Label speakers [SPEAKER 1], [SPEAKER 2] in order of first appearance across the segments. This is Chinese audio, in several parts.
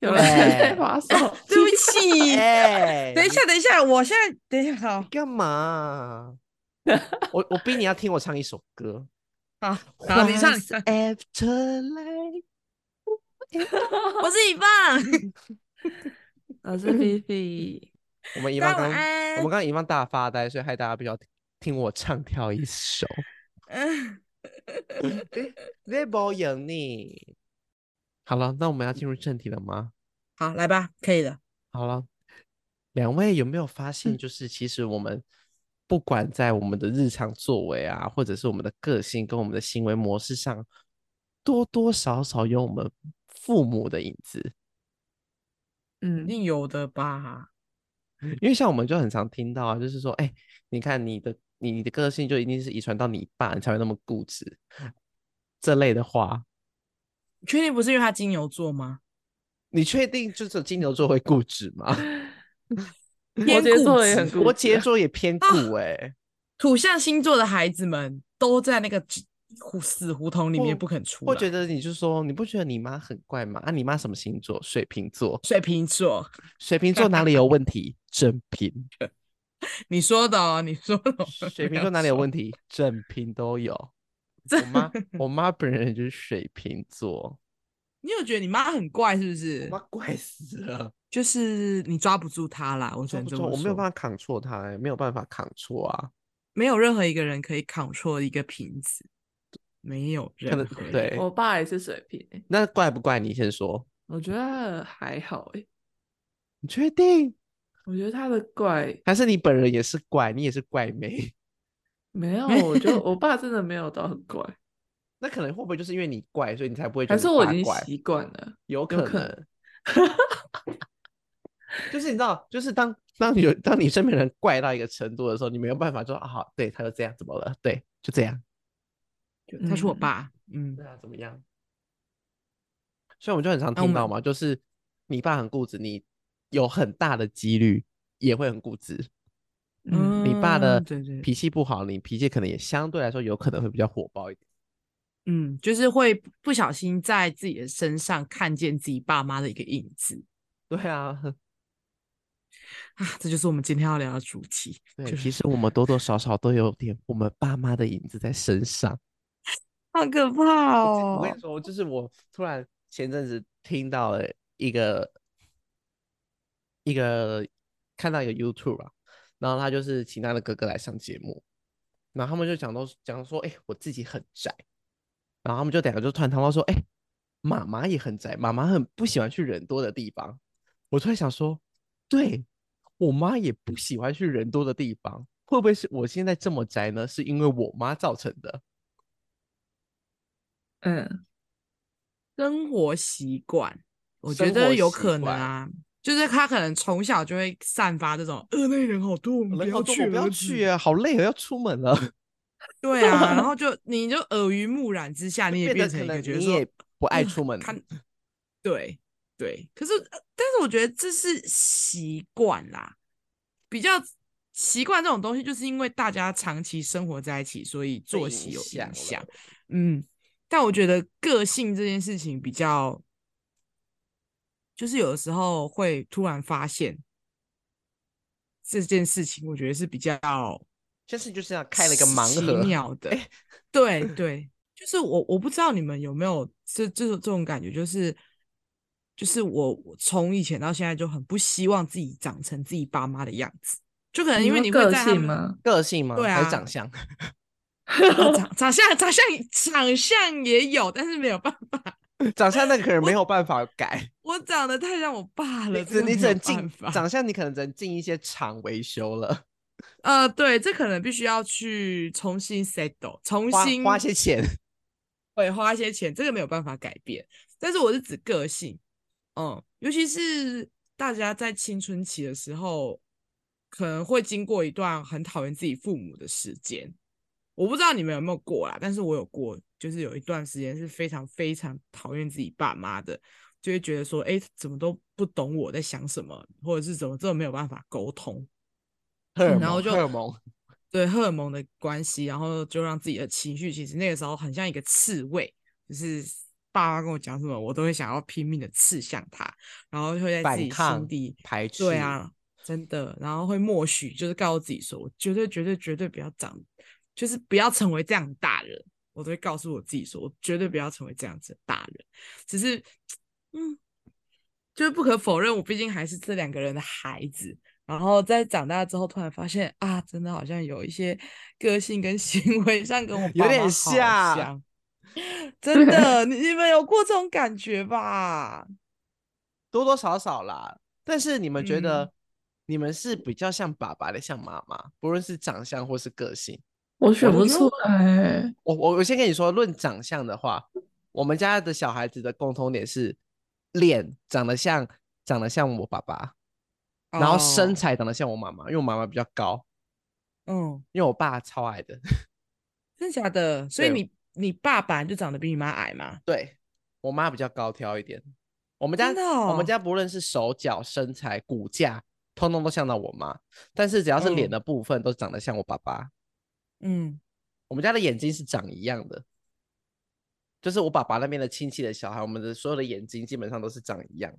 [SPEAKER 1] 有人在
[SPEAKER 2] 对
[SPEAKER 1] 划手，
[SPEAKER 3] 对不起，
[SPEAKER 2] 哎，
[SPEAKER 3] 等一下，等一下，我现在等一下，好
[SPEAKER 1] 干 嘛？我我逼你要听我唱一首 歌。
[SPEAKER 3] 好好，你唱，你唱
[SPEAKER 1] Afterlife，
[SPEAKER 3] 我是乙棒，
[SPEAKER 2] 我是菲菲，
[SPEAKER 1] 我们一万
[SPEAKER 3] 大家
[SPEAKER 1] 刚
[SPEAKER 3] 晚安
[SPEAKER 1] 我们刚刚一万大发呆，所以害大家必须要听听我唱跳一首。
[SPEAKER 3] 嗯，
[SPEAKER 1] 这不赢你。好了，那我们要进入正题了吗？
[SPEAKER 3] 好，来吧，可以的，
[SPEAKER 1] 好了，两位有没有发现，就是其实我们不管在我们的日常作为啊，或者是我们的个性跟我们的行为模式上，多多少少有我们父母的影子。
[SPEAKER 2] 嗯
[SPEAKER 3] 一，定有的吧？
[SPEAKER 1] 因为像我们就很常听到啊，就是说，哎、你看你的你的个性就一定是遗传到你爸，你才会那么固执这类的话，
[SPEAKER 3] 你确定不是因为他金牛座吗？
[SPEAKER 1] 你确定就是金牛座会固执吗？
[SPEAKER 2] 摩羯座也
[SPEAKER 3] 偏
[SPEAKER 2] 很
[SPEAKER 3] 固执
[SPEAKER 2] 固
[SPEAKER 1] 摩
[SPEAKER 2] 执啊
[SPEAKER 1] 羯座也偏固哎、
[SPEAKER 3] 土象星座的孩子们都在那个胡死胡同里面
[SPEAKER 1] 我
[SPEAKER 3] 不肯出来，
[SPEAKER 1] 会觉得你就说你不觉得你妈很怪吗？啊，你妈什么星座？水瓶座，
[SPEAKER 3] 水瓶座，
[SPEAKER 1] 水瓶座哪里有问题？正品，
[SPEAKER 3] 你说的哦，你说的哦，
[SPEAKER 1] 水瓶座哪里有问题？正品都有。我妈，我妈本人就是水瓶座，
[SPEAKER 3] 你有觉得你妈很怪是不
[SPEAKER 1] 我
[SPEAKER 3] 是？
[SPEAKER 1] 妈怪死了。
[SPEAKER 3] 就是你抓不住她啦，我只
[SPEAKER 1] 抓
[SPEAKER 3] 能
[SPEAKER 1] 不
[SPEAKER 3] 这
[SPEAKER 1] 住，
[SPEAKER 3] 么
[SPEAKER 1] 我没有
[SPEAKER 3] 说
[SPEAKER 1] 办法扛错它、欸，没有办法扛错啊。
[SPEAKER 3] 没有任何一个人可以 control 一个瓶子，没有
[SPEAKER 1] 可能
[SPEAKER 3] 任何人
[SPEAKER 1] 对，
[SPEAKER 2] 我爸也是水瓶欸，
[SPEAKER 1] 那怪不怪你先说？
[SPEAKER 2] 我觉得还好哎，
[SPEAKER 1] 你确定？
[SPEAKER 2] 我觉得他的怪
[SPEAKER 1] 还是你本人也是怪，你也是怪妹？
[SPEAKER 2] 没有，我 觉得我爸真的没有到很怪，
[SPEAKER 1] 那可能会不会就是因为你怪，所以你才不会觉
[SPEAKER 2] 还
[SPEAKER 1] 得
[SPEAKER 2] 是我
[SPEAKER 1] 你
[SPEAKER 2] 已
[SPEAKER 1] 爸
[SPEAKER 2] 经
[SPEAKER 1] 怪？
[SPEAKER 2] 习惯了，
[SPEAKER 1] 有可
[SPEAKER 2] 有
[SPEAKER 1] 能，
[SPEAKER 2] 可
[SPEAKER 1] 就是你知道，就是当当有当你身边人怪到一个程度的时候，你没有办法说啊，好，对，他就这样，怎么了？对，就这样。
[SPEAKER 3] 就他是我
[SPEAKER 2] 嗯
[SPEAKER 3] 爸，嗯，
[SPEAKER 1] 对啊，怎么样？所以我们就很常
[SPEAKER 3] 那我
[SPEAKER 1] 听到
[SPEAKER 3] 们
[SPEAKER 1] 嘛，就是你爸很固执，你有很大的几率也会很固执。
[SPEAKER 2] 嗯
[SPEAKER 1] 你爸的
[SPEAKER 3] 嗯对对，
[SPEAKER 1] 脾气不好，你脾气可能也相对来说有可能会比较火爆一点。
[SPEAKER 3] 嗯，就是会不小心在自己的身上看见自己爸妈的一个影子
[SPEAKER 1] 对啊，
[SPEAKER 3] 啊，这就是我们今天要聊的主题。
[SPEAKER 1] 对，
[SPEAKER 3] 就
[SPEAKER 1] 其
[SPEAKER 3] 是
[SPEAKER 1] 实我们多多少少都有点我们爸妈的影子在身上。
[SPEAKER 3] 好可怕哦
[SPEAKER 1] 我跟你！说，就是我突然前阵子听到了一个一个看到一个 YouTube 啊，然后他就是请他的哥哥来上节目，然后他们就讲到讲说，哎、我自己很宅，然后他们就两个就突然谈到说，哎、妈妈也很宅，妈妈很不喜欢去人多的地方。我突然想说，对我妈也不喜欢去人多的地方，会不会是我现在这么宅呢？是因为我妈造成的？
[SPEAKER 2] 嗯，
[SPEAKER 3] 生活习惯，我觉
[SPEAKER 1] 生活
[SPEAKER 3] 得有
[SPEAKER 1] 习
[SPEAKER 3] 可能
[SPEAKER 1] 惯
[SPEAKER 3] 啊，就是他可能从小就会散发这种呃，那里人好多，我们不
[SPEAKER 1] 人好
[SPEAKER 3] 要
[SPEAKER 1] 多，
[SPEAKER 3] 去，
[SPEAKER 1] 我不要
[SPEAKER 3] 儿子
[SPEAKER 1] 去。啊，好累啊，要出门了。
[SPEAKER 3] 对 啊，然后就你就耳濡目染之下，你也
[SPEAKER 1] 变
[SPEAKER 3] 变
[SPEAKER 1] 得
[SPEAKER 3] 成
[SPEAKER 1] 可
[SPEAKER 3] 一个
[SPEAKER 1] 能
[SPEAKER 3] 觉得
[SPEAKER 1] 你
[SPEAKER 3] 说
[SPEAKER 1] 也不爱
[SPEAKER 3] 嗯
[SPEAKER 1] 出门，
[SPEAKER 3] 看，对对，可是呃但是我觉得这是习惯啦，比较习惯这种东西，就是因为大家长期生活在一起，所以作
[SPEAKER 1] 影
[SPEAKER 3] 息有
[SPEAKER 1] 响了
[SPEAKER 3] 影响。嗯，但我觉得个性这件事情比较，就是有的时候会突然发现这件事情，我觉得是比较
[SPEAKER 1] 就是就是要开了一个
[SPEAKER 3] 奇
[SPEAKER 1] 盲盒。
[SPEAKER 3] 妙的， 对对，就是我我不知道你们有没有这这种这种感觉，就是就是我我从以前到现在就很不希望自己长成自己爸妈的样子，就可能因为
[SPEAKER 2] 说
[SPEAKER 3] 你会
[SPEAKER 2] 个
[SPEAKER 3] 在他
[SPEAKER 2] 性
[SPEAKER 3] 们
[SPEAKER 2] 吗？
[SPEAKER 1] 个性吗？
[SPEAKER 3] 对
[SPEAKER 1] 还是
[SPEAKER 3] 啊
[SPEAKER 1] 长相？
[SPEAKER 3] 呃长长相长相长相也有，但是没有办法，
[SPEAKER 1] 长相那个可能没有办法 改，
[SPEAKER 3] 我长得太像我爸了，
[SPEAKER 1] 你
[SPEAKER 3] 这
[SPEAKER 1] 只
[SPEAKER 3] 个
[SPEAKER 1] 你
[SPEAKER 3] 没
[SPEAKER 1] 只
[SPEAKER 3] 有
[SPEAKER 1] 能进
[SPEAKER 3] 办法
[SPEAKER 1] 长相，你可能只能进一些厂维修了，
[SPEAKER 3] 呃，对，这可能必须要去重新 settle，重
[SPEAKER 1] 花
[SPEAKER 3] 新
[SPEAKER 1] 花些钱。
[SPEAKER 3] 会花一些钱，这个没有办法改变。但是我是指个性，嗯，尤其是大家在青春期的时候，可能会经过一段很讨厌自己父母的时间。我不知道你们有没有过啦，但是我有过，就是有一段时间是非常非常讨厌自己爸妈的，就会觉得说，哎、怎么都不懂我在想什么，或者是怎么这么没有办法沟通。
[SPEAKER 1] 荷尔蒙，
[SPEAKER 3] 然后就
[SPEAKER 1] 荷尔蒙，
[SPEAKER 3] 对荷尔蒙的关系，然后就让自己的情绪，其实那个时候很像一个刺猬，就是爸妈跟我讲什么，我都会想要拼命的刺向他，然后就会在自
[SPEAKER 1] 反
[SPEAKER 3] 己
[SPEAKER 1] 抗
[SPEAKER 3] 心底，
[SPEAKER 1] 排斥，
[SPEAKER 3] 对，啊，真的，然后会默许，就是告诉自己说，我绝对绝对绝对不要长，就是不要成为这样的大人，我都会告诉我自己说，我绝对不要成为这样子的大人，只是，嗯，就是不可否认，我毕竟还是这两个人的孩子，然后在长大之后，突然发现啊，真的好像有一些个性跟 行为上跟我
[SPEAKER 1] 有
[SPEAKER 3] 爸
[SPEAKER 1] 点
[SPEAKER 3] 妈好
[SPEAKER 1] 像
[SPEAKER 3] 像，真的，你你们有过这种感觉吧？
[SPEAKER 1] 多多少少啦。但是你们觉得
[SPEAKER 3] 嗯
[SPEAKER 1] 你们是比较像爸爸的，像妈妈，不论是长相或是个性。
[SPEAKER 2] 我选
[SPEAKER 1] 我
[SPEAKER 2] 不
[SPEAKER 1] 觉得
[SPEAKER 2] 出来。欸
[SPEAKER 1] 我我我先跟你说，论长相的话，我们家的小孩子的共同点是脸长得像长得像我爸爸，然后身
[SPEAKER 3] 哦，
[SPEAKER 1] 材长得像我妈妈，因为我妈妈比较高，
[SPEAKER 3] 嗯。
[SPEAKER 1] 因为我爸超矮的。
[SPEAKER 3] 真的假的？所以
[SPEAKER 1] 对
[SPEAKER 3] 你你爸本来就长得比你妈矮嘛？
[SPEAKER 1] 对我妈比较高挑一点，我们家、
[SPEAKER 3] 真的
[SPEAKER 1] 我们
[SPEAKER 3] 哦
[SPEAKER 1] 家不论是手脚、身材、骨架，通通都像到我妈，但是只要是脸
[SPEAKER 3] 嗯
[SPEAKER 1] 的部分都长得像我爸爸。
[SPEAKER 3] 嗯，
[SPEAKER 1] 我们家的眼睛是长一样的，就是我爸爸那边的亲戚的小孩，我们的所有的眼睛基本上都是长一样。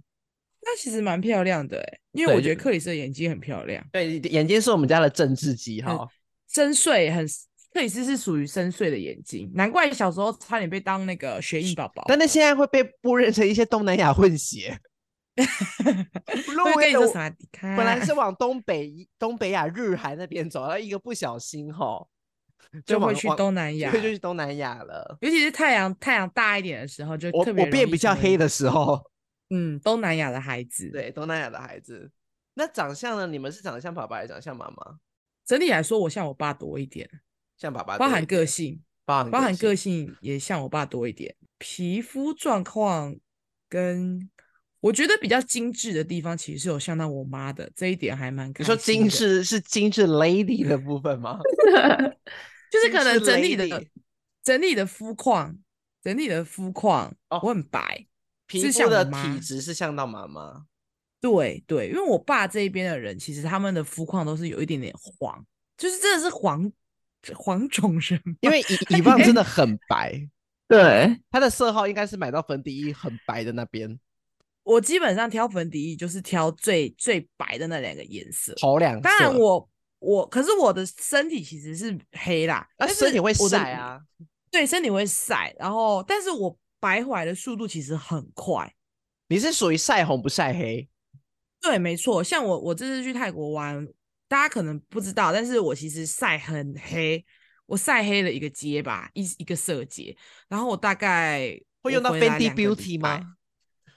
[SPEAKER 3] 那其实蛮漂亮的哎，因为我
[SPEAKER 1] 对
[SPEAKER 3] 觉
[SPEAKER 1] 就
[SPEAKER 3] 得克里斯的眼睛很漂亮，
[SPEAKER 1] 对，眼睛是我们家的政治记
[SPEAKER 3] 嗯
[SPEAKER 1] 号。
[SPEAKER 3] 深邃很，克里斯是属于深邃的眼睛，难怪小时候差点被当那个学印宝宝。
[SPEAKER 1] 但那现在会被误认成一些东南亚混 血。
[SPEAKER 3] 会
[SPEAKER 1] 路
[SPEAKER 3] 跟
[SPEAKER 1] 威
[SPEAKER 3] 你
[SPEAKER 1] 的
[SPEAKER 3] 说
[SPEAKER 1] 我
[SPEAKER 3] 啥？啊你看，
[SPEAKER 1] 本来 是往东北、东北亚、日韩那边走，然后一个不小心吼，
[SPEAKER 3] 就
[SPEAKER 1] 往
[SPEAKER 3] 会去
[SPEAKER 1] 往
[SPEAKER 3] 东南亚
[SPEAKER 1] 就，就去东南亚了。
[SPEAKER 3] 尤其是太阳太阳大一点的时候，就
[SPEAKER 1] 我
[SPEAKER 3] 特别
[SPEAKER 1] 我
[SPEAKER 3] 容
[SPEAKER 1] 变
[SPEAKER 3] 易
[SPEAKER 1] 比较
[SPEAKER 3] 成为
[SPEAKER 1] 黑的时候，
[SPEAKER 3] 嗯，东南亚的孩子。，
[SPEAKER 1] 对东南亚的孩子。那长相呢？你们是长得像爸爸，还是长得像妈妈？
[SPEAKER 3] 整体来说，我像我爸多一点，
[SPEAKER 1] 像爸爸多
[SPEAKER 3] 包
[SPEAKER 1] 一
[SPEAKER 3] 含
[SPEAKER 1] 点
[SPEAKER 3] 个，性，
[SPEAKER 1] 包含
[SPEAKER 3] 包含个
[SPEAKER 1] 性。
[SPEAKER 3] 性也像我爸多一点，皮肤状况跟我觉得比较精致的地方，其实是有像到我妈的这一点，还蛮
[SPEAKER 1] 你
[SPEAKER 3] 开
[SPEAKER 1] 说
[SPEAKER 3] 心
[SPEAKER 1] 精
[SPEAKER 3] 的，
[SPEAKER 1] 致是精致 lady 的部分吗？
[SPEAKER 3] 就是
[SPEAKER 1] 精
[SPEAKER 3] 可能
[SPEAKER 1] 致
[SPEAKER 3] 整体
[SPEAKER 1] lady
[SPEAKER 3] 的整体的肤况，整体的肤况，
[SPEAKER 1] 哦
[SPEAKER 3] 我很白，
[SPEAKER 1] 皮
[SPEAKER 3] 是
[SPEAKER 1] 肤
[SPEAKER 3] 像
[SPEAKER 1] 的
[SPEAKER 3] 我妈
[SPEAKER 1] 体质是像到妈 妈，
[SPEAKER 3] 对对，因为我爸这一边的人，其实他们的肤况都是有一点点黄，就是真的是黄黄种人吗，
[SPEAKER 1] 因为以以棒真的很白，
[SPEAKER 2] 对，
[SPEAKER 1] 他的色号应该是买到粉底液很白的那边，
[SPEAKER 3] 我基本上挑粉底液就是挑最最白的那两个颜色，
[SPEAKER 1] 头两色。
[SPEAKER 3] 当然我我可是我的身体其实是黑啦，
[SPEAKER 1] 那
[SPEAKER 3] 但是
[SPEAKER 1] 啊身体会
[SPEAKER 3] 我的
[SPEAKER 1] 晒，啊，
[SPEAKER 3] 对，身体会晒，然后但是我白回来的速度其实很快。
[SPEAKER 1] 你是属于晒红不晒黑，
[SPEAKER 3] 对，没错，像我我这次去泰国玩，大家可能不知道，但是我其实晒很黑，我晒黑了一个结巴，一一个色结，然后我大概
[SPEAKER 1] 会
[SPEAKER 3] 我
[SPEAKER 1] 用到
[SPEAKER 3] 回来
[SPEAKER 1] Fendi
[SPEAKER 3] 两个礼
[SPEAKER 1] Beauty
[SPEAKER 3] 拜
[SPEAKER 1] 吗？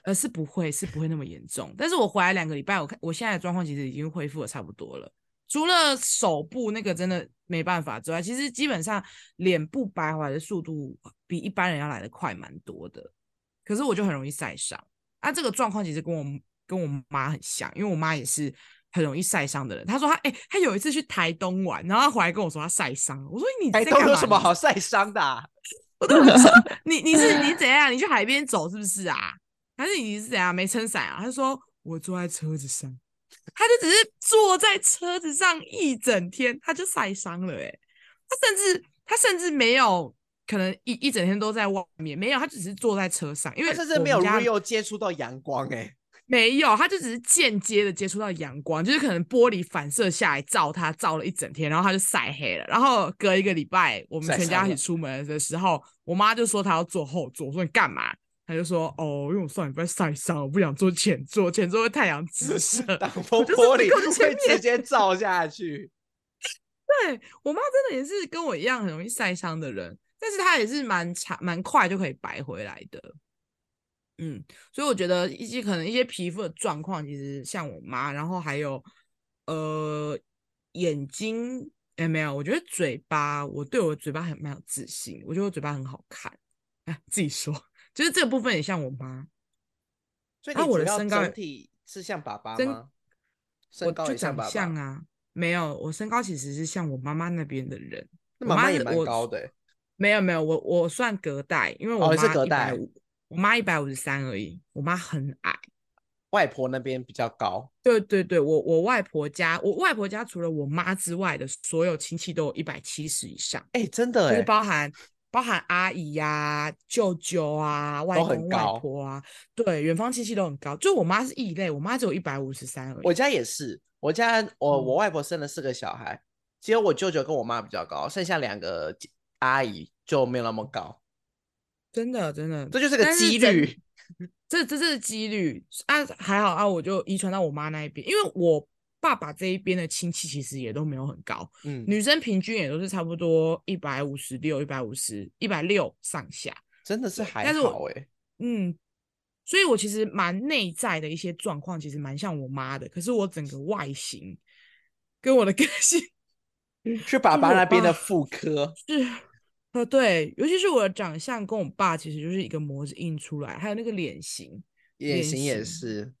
[SPEAKER 3] 呃，是不会，是不会那么严重。但是我回来两个礼拜，我看我现在的状况其实已经恢复的差不多了，除了手部那个真的没办法之外，其实基本上脸部白回来的速度比一般人要来的快蛮多的。可是我就很容易晒伤啊，这个状况其实跟我跟我妈很像，因为我妈也是很容易晒伤的人。她说她哎、她有一次去台东玩，然后她回来跟我说她晒伤了，我说你
[SPEAKER 1] 台
[SPEAKER 3] 在
[SPEAKER 1] 东
[SPEAKER 3] 干
[SPEAKER 1] 有
[SPEAKER 3] 嘛？
[SPEAKER 1] 什么
[SPEAKER 3] 你
[SPEAKER 1] 好晒伤的、啊？
[SPEAKER 3] 我都想说你你是你怎样？你去海边走是不是啊？还是你是怎样没撑伞啊？他就说我坐在车子上，他就只是坐在车子上一整天，他就晒伤了、欸。诶，他甚至他甚至没有可能一一整天都在外面，没有，他只是坐在车上，因为
[SPEAKER 1] 他甚至
[SPEAKER 3] 我
[SPEAKER 1] 没有
[SPEAKER 3] 们家
[SPEAKER 1] real 接触到阳光、欸，
[SPEAKER 3] 没有，他就只是间接的接触到阳光，就是可能玻璃反射下来照他，照了一整天，然后他就晒黑了。然后隔一个礼拜，我们
[SPEAKER 1] 晒
[SPEAKER 3] 全
[SPEAKER 1] 伤
[SPEAKER 3] 家一
[SPEAKER 1] 了
[SPEAKER 3] 起出门的时候，我妈就说她要坐后座，我说你干嘛？她就说哦，因为我上礼拜晒伤，我不想坐前座，前座会太阳直射。
[SPEAKER 1] 挡风
[SPEAKER 3] 就是
[SPEAKER 1] 玻璃
[SPEAKER 3] 不够
[SPEAKER 1] 会
[SPEAKER 3] 前
[SPEAKER 1] 直
[SPEAKER 3] 面
[SPEAKER 1] 接照下去。
[SPEAKER 3] 对我妈真的也是跟我一样很容易晒伤的人，但是她也是蛮长蛮快就可以白回来的。嗯，所以我觉得一些可能一些皮肤的状况，其实像我妈，然后还有呃眼睛，哎、没有，我觉得嘴巴，我对我的嘴巴很蛮有自信，我觉得我嘴巴很好看，哎，自己说，就是这个部分也像我妈，
[SPEAKER 1] 所以
[SPEAKER 3] 啊
[SPEAKER 1] 你
[SPEAKER 3] 我
[SPEAKER 1] 主
[SPEAKER 3] 的
[SPEAKER 1] 要
[SPEAKER 3] 身高
[SPEAKER 1] 整
[SPEAKER 3] 也
[SPEAKER 1] 体是像爸爸
[SPEAKER 3] 真
[SPEAKER 1] 吗？
[SPEAKER 3] 我
[SPEAKER 1] 身高
[SPEAKER 3] 就
[SPEAKER 1] 也像
[SPEAKER 3] 长
[SPEAKER 1] 爸
[SPEAKER 3] 相
[SPEAKER 1] 爸，
[SPEAKER 3] 啊，没有，我身高其实是像我妈妈那边的人，
[SPEAKER 1] 那
[SPEAKER 3] 我
[SPEAKER 1] 妈妈
[SPEAKER 3] 妈
[SPEAKER 1] 也
[SPEAKER 3] 是
[SPEAKER 1] 蛮
[SPEAKER 3] 我
[SPEAKER 1] 高的欸，
[SPEAKER 3] 没有没有，我我算隔代，因为
[SPEAKER 1] 哦
[SPEAKER 3] 我
[SPEAKER 1] 你是
[SPEAKER 3] 妈
[SPEAKER 1] 隔
[SPEAKER 3] 一百
[SPEAKER 1] 代
[SPEAKER 3] 五，我妈一百五十三而已，我妈很矮。
[SPEAKER 1] 外婆那边比较高，
[SPEAKER 3] 对对对，我我外婆家，我外婆家除了我妈之外的所有亲戚都有一百七十以上，
[SPEAKER 1] 哎，真的
[SPEAKER 3] 就是
[SPEAKER 1] 哎，
[SPEAKER 3] 包含包含阿姨呀、舅舅啊、外
[SPEAKER 1] 都很
[SPEAKER 3] 公外
[SPEAKER 1] 高
[SPEAKER 3] 婆啊，对，远方亲戚都很高。就我妈是异类，我妈只有一百五十三而
[SPEAKER 1] 我
[SPEAKER 3] 已。
[SPEAKER 1] 家也是，我家我我
[SPEAKER 3] 嗯
[SPEAKER 1] 外婆生了四个小孩，只有我舅舅跟我妈比较高，剩下两个姐阿姨就没有那么高，
[SPEAKER 3] 真的真的，
[SPEAKER 1] 这就是个
[SPEAKER 3] 但是
[SPEAKER 1] 几
[SPEAKER 3] 整
[SPEAKER 1] 率。
[SPEAKER 3] 这这是几率啊，还好啊，我就遗传到我妈那一边，因为我爸爸这一边的亲戚其实也都没有很高，
[SPEAKER 1] 嗯，
[SPEAKER 3] 女生平均也都是差不多一百五十六、一百五十、一百六上下。
[SPEAKER 1] 真的是
[SPEAKER 3] 对
[SPEAKER 1] 还
[SPEAKER 3] 但是我
[SPEAKER 1] 好哎，
[SPEAKER 3] 嗯，所以我其实蛮内在的一些状况，其实蛮像我妈的，可是我整个外形跟我的个性
[SPEAKER 1] 是爸
[SPEAKER 3] 就是
[SPEAKER 1] 爸
[SPEAKER 3] 我啊
[SPEAKER 1] 那边的
[SPEAKER 3] 爸
[SPEAKER 1] 妇 科，
[SPEAKER 3] 是，呃，对，尤其是我的长相跟我爸其实就是一个模子印出来，还有那个脸型，
[SPEAKER 1] 脸
[SPEAKER 3] 脸
[SPEAKER 1] 型也
[SPEAKER 3] 型
[SPEAKER 1] 是，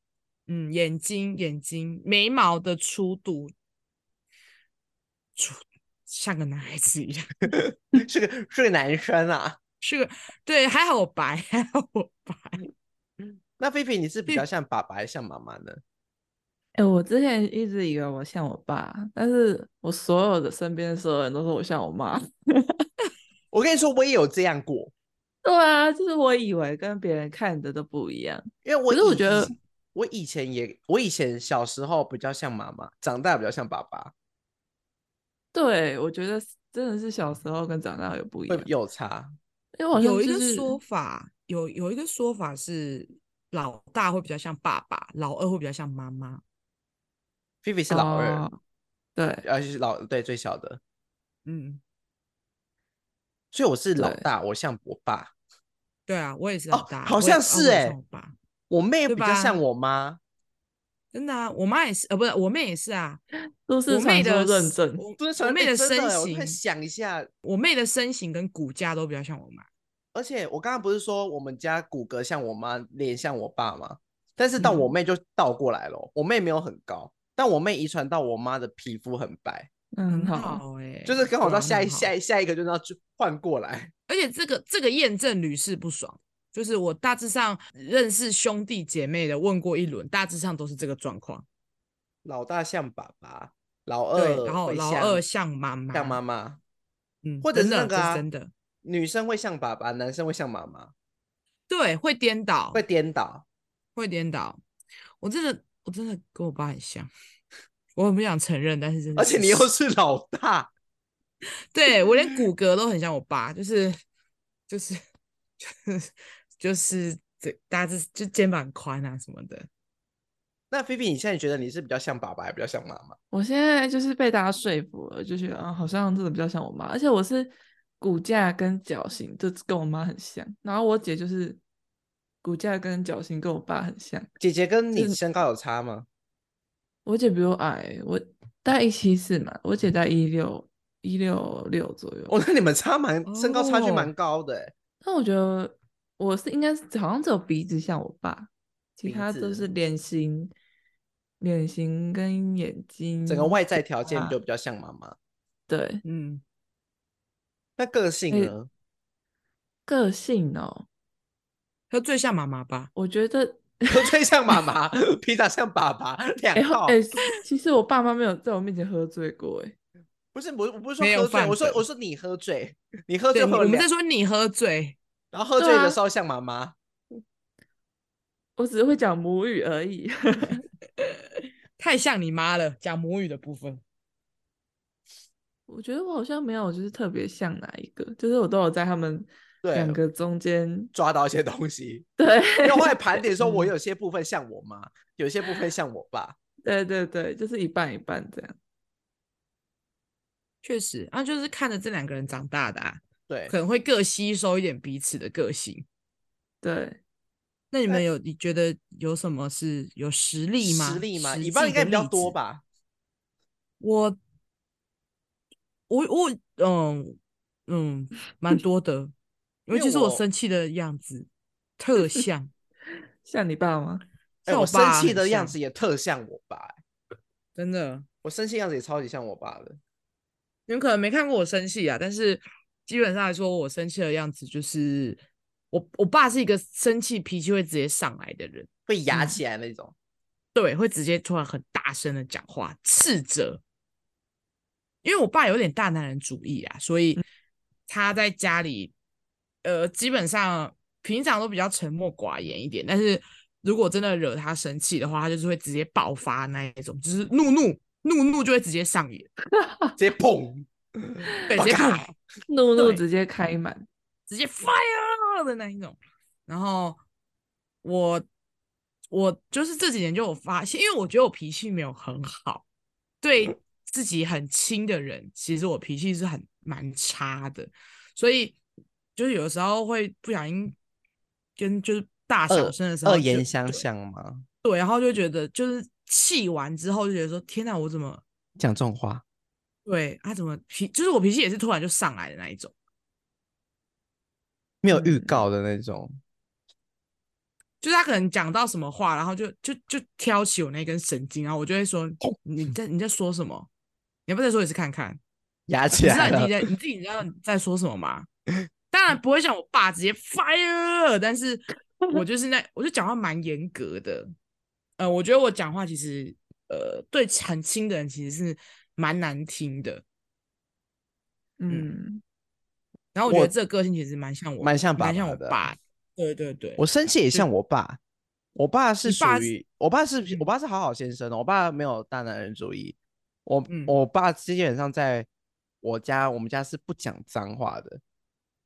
[SPEAKER 3] 嗯，眼睛、眼睛、眉毛的粗度，粗像个男孩子一样，
[SPEAKER 1] 是个是个男生啊。
[SPEAKER 3] 是个对，还好我白， 还好我白，
[SPEAKER 1] 那菲菲你是比较像爸爸还是像妈妈呢？
[SPEAKER 2] 哎、我之前一直以为我像我爸，但是我所有的身边所有人都说我像我妈。
[SPEAKER 1] 我跟你说，我也有这样过，
[SPEAKER 2] 对啊，就是我以为跟别人看的都不一样。
[SPEAKER 1] 因为我
[SPEAKER 2] 可是我
[SPEAKER 1] 以
[SPEAKER 2] 觉得
[SPEAKER 1] 前我以前也我以前小时候比较像妈妈，长大比较像爸爸，
[SPEAKER 2] 对，我觉得是真的是小时候跟长大有不一
[SPEAKER 1] 会
[SPEAKER 2] 样，
[SPEAKER 1] 有差。
[SPEAKER 2] 因为我好像
[SPEAKER 3] 有一
[SPEAKER 2] 就
[SPEAKER 3] 个
[SPEAKER 2] 是
[SPEAKER 3] 说法，有有一个说法是，老大会比较像爸爸，老二会比较像妈妈。
[SPEAKER 1] 菲菲是老二，
[SPEAKER 2] 哦，对，
[SPEAKER 1] 而呃且是老对最小的，
[SPEAKER 3] 嗯，
[SPEAKER 1] 所以我是老
[SPEAKER 2] 对
[SPEAKER 1] 大，我像我爸，
[SPEAKER 3] 对啊，我也是
[SPEAKER 1] 哦
[SPEAKER 3] 老大，
[SPEAKER 1] 好
[SPEAKER 3] 我也
[SPEAKER 1] 像
[SPEAKER 3] 啊
[SPEAKER 1] 是
[SPEAKER 3] 我也
[SPEAKER 1] 欸
[SPEAKER 3] 像我爸，
[SPEAKER 1] 我妹
[SPEAKER 3] 对
[SPEAKER 1] 比较像
[SPEAKER 3] 吧
[SPEAKER 1] 我妈。
[SPEAKER 3] 真的啊，我妈也是，呃，不是，我妹也是啊，
[SPEAKER 2] 都是
[SPEAKER 3] 我妹
[SPEAKER 2] 传
[SPEAKER 3] 的
[SPEAKER 2] 说认
[SPEAKER 3] 身
[SPEAKER 2] 证，
[SPEAKER 3] 我
[SPEAKER 1] 真的
[SPEAKER 3] 我
[SPEAKER 1] 传
[SPEAKER 3] 妹
[SPEAKER 1] 哎
[SPEAKER 3] 的
[SPEAKER 1] 真
[SPEAKER 3] 身
[SPEAKER 1] 的，我突然
[SPEAKER 3] 形，
[SPEAKER 1] 想一下，
[SPEAKER 3] 我妹的身形跟骨架都比较像我妈。
[SPEAKER 1] 而且我刚刚不是说我们家骨骼像我妈，脸像我爸吗？但是到我
[SPEAKER 3] 嗯
[SPEAKER 1] 妹就倒过来了，我妹没有很高，但我妹遗传到我妈的皮肤很白，
[SPEAKER 2] 嗯，很好，
[SPEAKER 3] 好哎、
[SPEAKER 1] 就是刚好
[SPEAKER 3] 对
[SPEAKER 1] 到
[SPEAKER 3] 啊
[SPEAKER 1] 下
[SPEAKER 3] 很
[SPEAKER 1] 一
[SPEAKER 3] 好
[SPEAKER 1] 下一下一个就要就换过来。
[SPEAKER 3] 而且这个这个验证屡试不爽，就是我大致上认识兄弟姐妹的问过一轮，大致上都是这个状况。
[SPEAKER 1] 老大像爸爸，老
[SPEAKER 3] 对，
[SPEAKER 1] 二
[SPEAKER 3] 然后
[SPEAKER 1] 会
[SPEAKER 3] 老二像妈妈，
[SPEAKER 1] 像妈，妈，
[SPEAKER 3] 嗯，
[SPEAKER 1] 或者是
[SPEAKER 3] 真
[SPEAKER 1] 那
[SPEAKER 3] 的
[SPEAKER 1] 个
[SPEAKER 3] 这是
[SPEAKER 1] 啊
[SPEAKER 3] 真的，哦
[SPEAKER 1] 女生会像爸爸，男生会像妈妈，
[SPEAKER 3] 对，会颠倒
[SPEAKER 1] 会，颠倒。
[SPEAKER 3] 会颠倒。我真的，我真的跟我爸很像， 我很不想承认，但是真的
[SPEAKER 1] 而
[SPEAKER 3] 是
[SPEAKER 1] 且你又是老大，
[SPEAKER 3] 对我连骨骼都很像我爸，就是就是 就是就是这大致就肩膀宽啊什么的。
[SPEAKER 1] 那菲菲，你现在觉得你是比较像爸爸，还比较像妈妈？
[SPEAKER 2] 我现在就是被大家说服了，就觉得啊，好像真的比较像我妈，而且我是骨架跟脚型，就跟我妈很像。然后我姐就是骨架跟脚型跟我爸很像，
[SPEAKER 1] 姐姐跟你
[SPEAKER 2] 是
[SPEAKER 1] 身高有差吗？
[SPEAKER 2] 我姐比我矮，我大概一七四嘛，我姐在一六一六六左右。
[SPEAKER 1] 哦，那你们差蛮身高差距
[SPEAKER 3] 哦
[SPEAKER 1] 蛮高的欸，
[SPEAKER 2] 但我觉得我是应该是好像只有鼻子像我爸，其
[SPEAKER 1] 鼻
[SPEAKER 2] 他都
[SPEAKER 1] 子
[SPEAKER 2] 是脸型、脸型跟眼睛，
[SPEAKER 1] 整个外在条件
[SPEAKER 2] 啊
[SPEAKER 1] 就比较像妈妈。
[SPEAKER 2] 对
[SPEAKER 3] 嗯，
[SPEAKER 1] 那个性
[SPEAKER 2] 哎
[SPEAKER 1] 呢？
[SPEAKER 2] 个性哦，
[SPEAKER 3] 他最像妈妈吧？
[SPEAKER 2] 我觉得
[SPEAKER 1] 喝醉像妈妈， 披萨像爸爸，两
[SPEAKER 2] 哎
[SPEAKER 1] 套。
[SPEAKER 2] 哎，其实我爸妈没有在我面前喝醉过哎，
[SPEAKER 1] 不是，我我不是
[SPEAKER 3] 没
[SPEAKER 1] 说
[SPEAKER 3] 有
[SPEAKER 1] 喝醉，
[SPEAKER 3] 范
[SPEAKER 1] 我说
[SPEAKER 3] 本
[SPEAKER 1] 我说你喝醉，你喝
[SPEAKER 3] 对，
[SPEAKER 1] 醉
[SPEAKER 3] 你
[SPEAKER 1] 会
[SPEAKER 3] 我
[SPEAKER 1] 有
[SPEAKER 3] 们在
[SPEAKER 1] 两，
[SPEAKER 3] 说你喝醉，
[SPEAKER 1] 然后喝
[SPEAKER 2] 对
[SPEAKER 1] 醉的
[SPEAKER 2] 啊
[SPEAKER 1] 时候像妈妈，
[SPEAKER 2] 我只是会讲母语而已。
[SPEAKER 3] 太像你妈了，讲母语的部分。
[SPEAKER 2] 我觉得我好像没有，就是特别像哪一个，就是我都有在他们
[SPEAKER 1] 对
[SPEAKER 2] 两个中间，
[SPEAKER 1] 抓到一些东西。
[SPEAKER 2] 对
[SPEAKER 1] 因为后来盘点说，我
[SPEAKER 3] 嗯
[SPEAKER 1] 有些部分像我妈，有些部分像我爸。
[SPEAKER 2] 对对对，就是一半一半这样。
[SPEAKER 3] 确实，啊，就是看着这两个人长大的、啊，
[SPEAKER 1] 对
[SPEAKER 3] 可，能会各吸收一点彼此的个性。
[SPEAKER 2] 对，
[SPEAKER 3] 那你
[SPEAKER 1] 但
[SPEAKER 3] 们有你觉得有什么是有实力吗？
[SPEAKER 1] 实力嘛，
[SPEAKER 3] 实
[SPEAKER 1] 你爸
[SPEAKER 3] 际
[SPEAKER 1] 应该
[SPEAKER 3] 的
[SPEAKER 1] 比较
[SPEAKER 3] 例
[SPEAKER 1] 多
[SPEAKER 3] 子？
[SPEAKER 1] 吧？
[SPEAKER 3] 我我我嗯嗯，蛮多的，
[SPEAKER 1] 因
[SPEAKER 3] 尤
[SPEAKER 1] 为
[SPEAKER 3] 其是我
[SPEAKER 1] 我
[SPEAKER 3] 生气的样子，特像。
[SPEAKER 2] 像你爸吗？
[SPEAKER 1] 哎、
[SPEAKER 3] 像
[SPEAKER 1] 我
[SPEAKER 3] 我
[SPEAKER 1] 生
[SPEAKER 3] 爸
[SPEAKER 1] 气
[SPEAKER 3] 很
[SPEAKER 1] 的样
[SPEAKER 3] 像
[SPEAKER 1] 子也特像我爸、欸，
[SPEAKER 3] 真的。
[SPEAKER 1] 我生气样子也超级像我爸的。
[SPEAKER 3] 你们可能没看过我生气啊，但是基本上来说，我生气的样子就是我我爸是一个生气脾气会直接上来的人，
[SPEAKER 1] 会压
[SPEAKER 2] 嗯
[SPEAKER 1] 起来那种，
[SPEAKER 3] 对，会直接突然很大声的讲话，斥责。因为我爸有点大男人主义啊，所以他在家里，呃，基本上平常都比较沉默寡言一点，但是如果真的惹他生气的话，他就是会直接爆发那一种，就是怒怒怒怒就会直接上演，
[SPEAKER 1] 直接砰，
[SPEAKER 3] 对，直接
[SPEAKER 1] 爆
[SPEAKER 3] 砰
[SPEAKER 1] 开
[SPEAKER 2] 怒怒
[SPEAKER 3] 对
[SPEAKER 2] 直接开满，
[SPEAKER 3] 直接 fire 的那一种。然后我我就是这几年就有发现，因为我觉得我脾气没有很好，对自己很亲的人，其实我脾气是很蛮差的，所以就是有时候会不小心跟就是大小声的时候
[SPEAKER 1] 恶
[SPEAKER 3] 就
[SPEAKER 1] 言相
[SPEAKER 3] 对
[SPEAKER 1] 向吗？
[SPEAKER 3] 对，然后就觉得就是气完之后就觉得说天哪，我怎么
[SPEAKER 1] 讲这种话，
[SPEAKER 3] 对他、怎么脾就是我脾气也是突然就上来的那一种。
[SPEAKER 1] 没有预
[SPEAKER 2] 嗯
[SPEAKER 1] 告的那种，
[SPEAKER 3] 就是他可能讲到什么话，然后就就就挑起我那根神经，然后我就会说：“
[SPEAKER 1] 哦
[SPEAKER 3] 你在你在说什么？你要不要再说一次看看？
[SPEAKER 1] 压
[SPEAKER 3] 你
[SPEAKER 1] 起
[SPEAKER 3] 知道
[SPEAKER 1] 来
[SPEAKER 3] 你自
[SPEAKER 1] 了。
[SPEAKER 3] 己在你自己知道你在说什么吗？”当然不会像我爸直接 fire，但是我就是那我就讲话蛮严格的。呃，我觉得我讲话其实呃对很亲的人其实是蛮难听的。
[SPEAKER 2] 嗯，
[SPEAKER 3] 然后我觉得
[SPEAKER 1] 我
[SPEAKER 3] 这个个性其实蛮像我，
[SPEAKER 1] 蛮像爸
[SPEAKER 3] 蛮像我
[SPEAKER 1] 爸的
[SPEAKER 3] 爸。对对对，
[SPEAKER 1] 我生气也像我爸，我爸是
[SPEAKER 3] 嗯你
[SPEAKER 1] 属
[SPEAKER 3] 爸是
[SPEAKER 1] 于我爸是
[SPEAKER 3] 嗯
[SPEAKER 1] 我爸是好好先生哦，我爸没有大男人主义，我、
[SPEAKER 3] 嗯
[SPEAKER 1] 我爸基本上在我家我们家是不讲脏话的，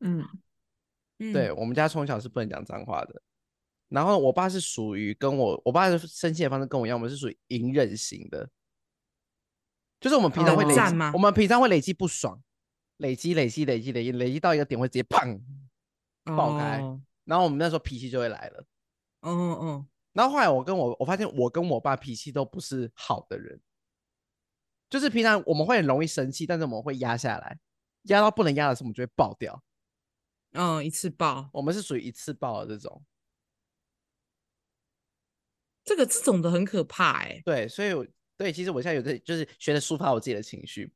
[SPEAKER 2] 嗯，
[SPEAKER 3] 嗯
[SPEAKER 1] 对我们家从小是不能讲脏话的。然后我爸是属于跟我，我爸的生气的方式跟我一样，我们是属于隐忍型的，就是我们平常会
[SPEAKER 2] 哦
[SPEAKER 1] 累积，
[SPEAKER 3] 战吗
[SPEAKER 1] 我们平常会累积不爽，累积累积累积累积累积到一个点会直接砰，爆开
[SPEAKER 3] 哦
[SPEAKER 1] 然后我们那时候脾气就会来了。
[SPEAKER 3] 哦哦，
[SPEAKER 1] 然后后来我跟我我发现我跟我爸脾气都不是好的人，就是平常我们会很容易生气，但是我们会压下来，压到不能压的时候我们就会爆掉，
[SPEAKER 3] 嗯，一次爆。
[SPEAKER 1] 我们是属于一次爆的这种。
[SPEAKER 3] 这个这种的很可怕哎、
[SPEAKER 1] 对，所以我对，其实我现在有在就是学着抒发我自己的情绪。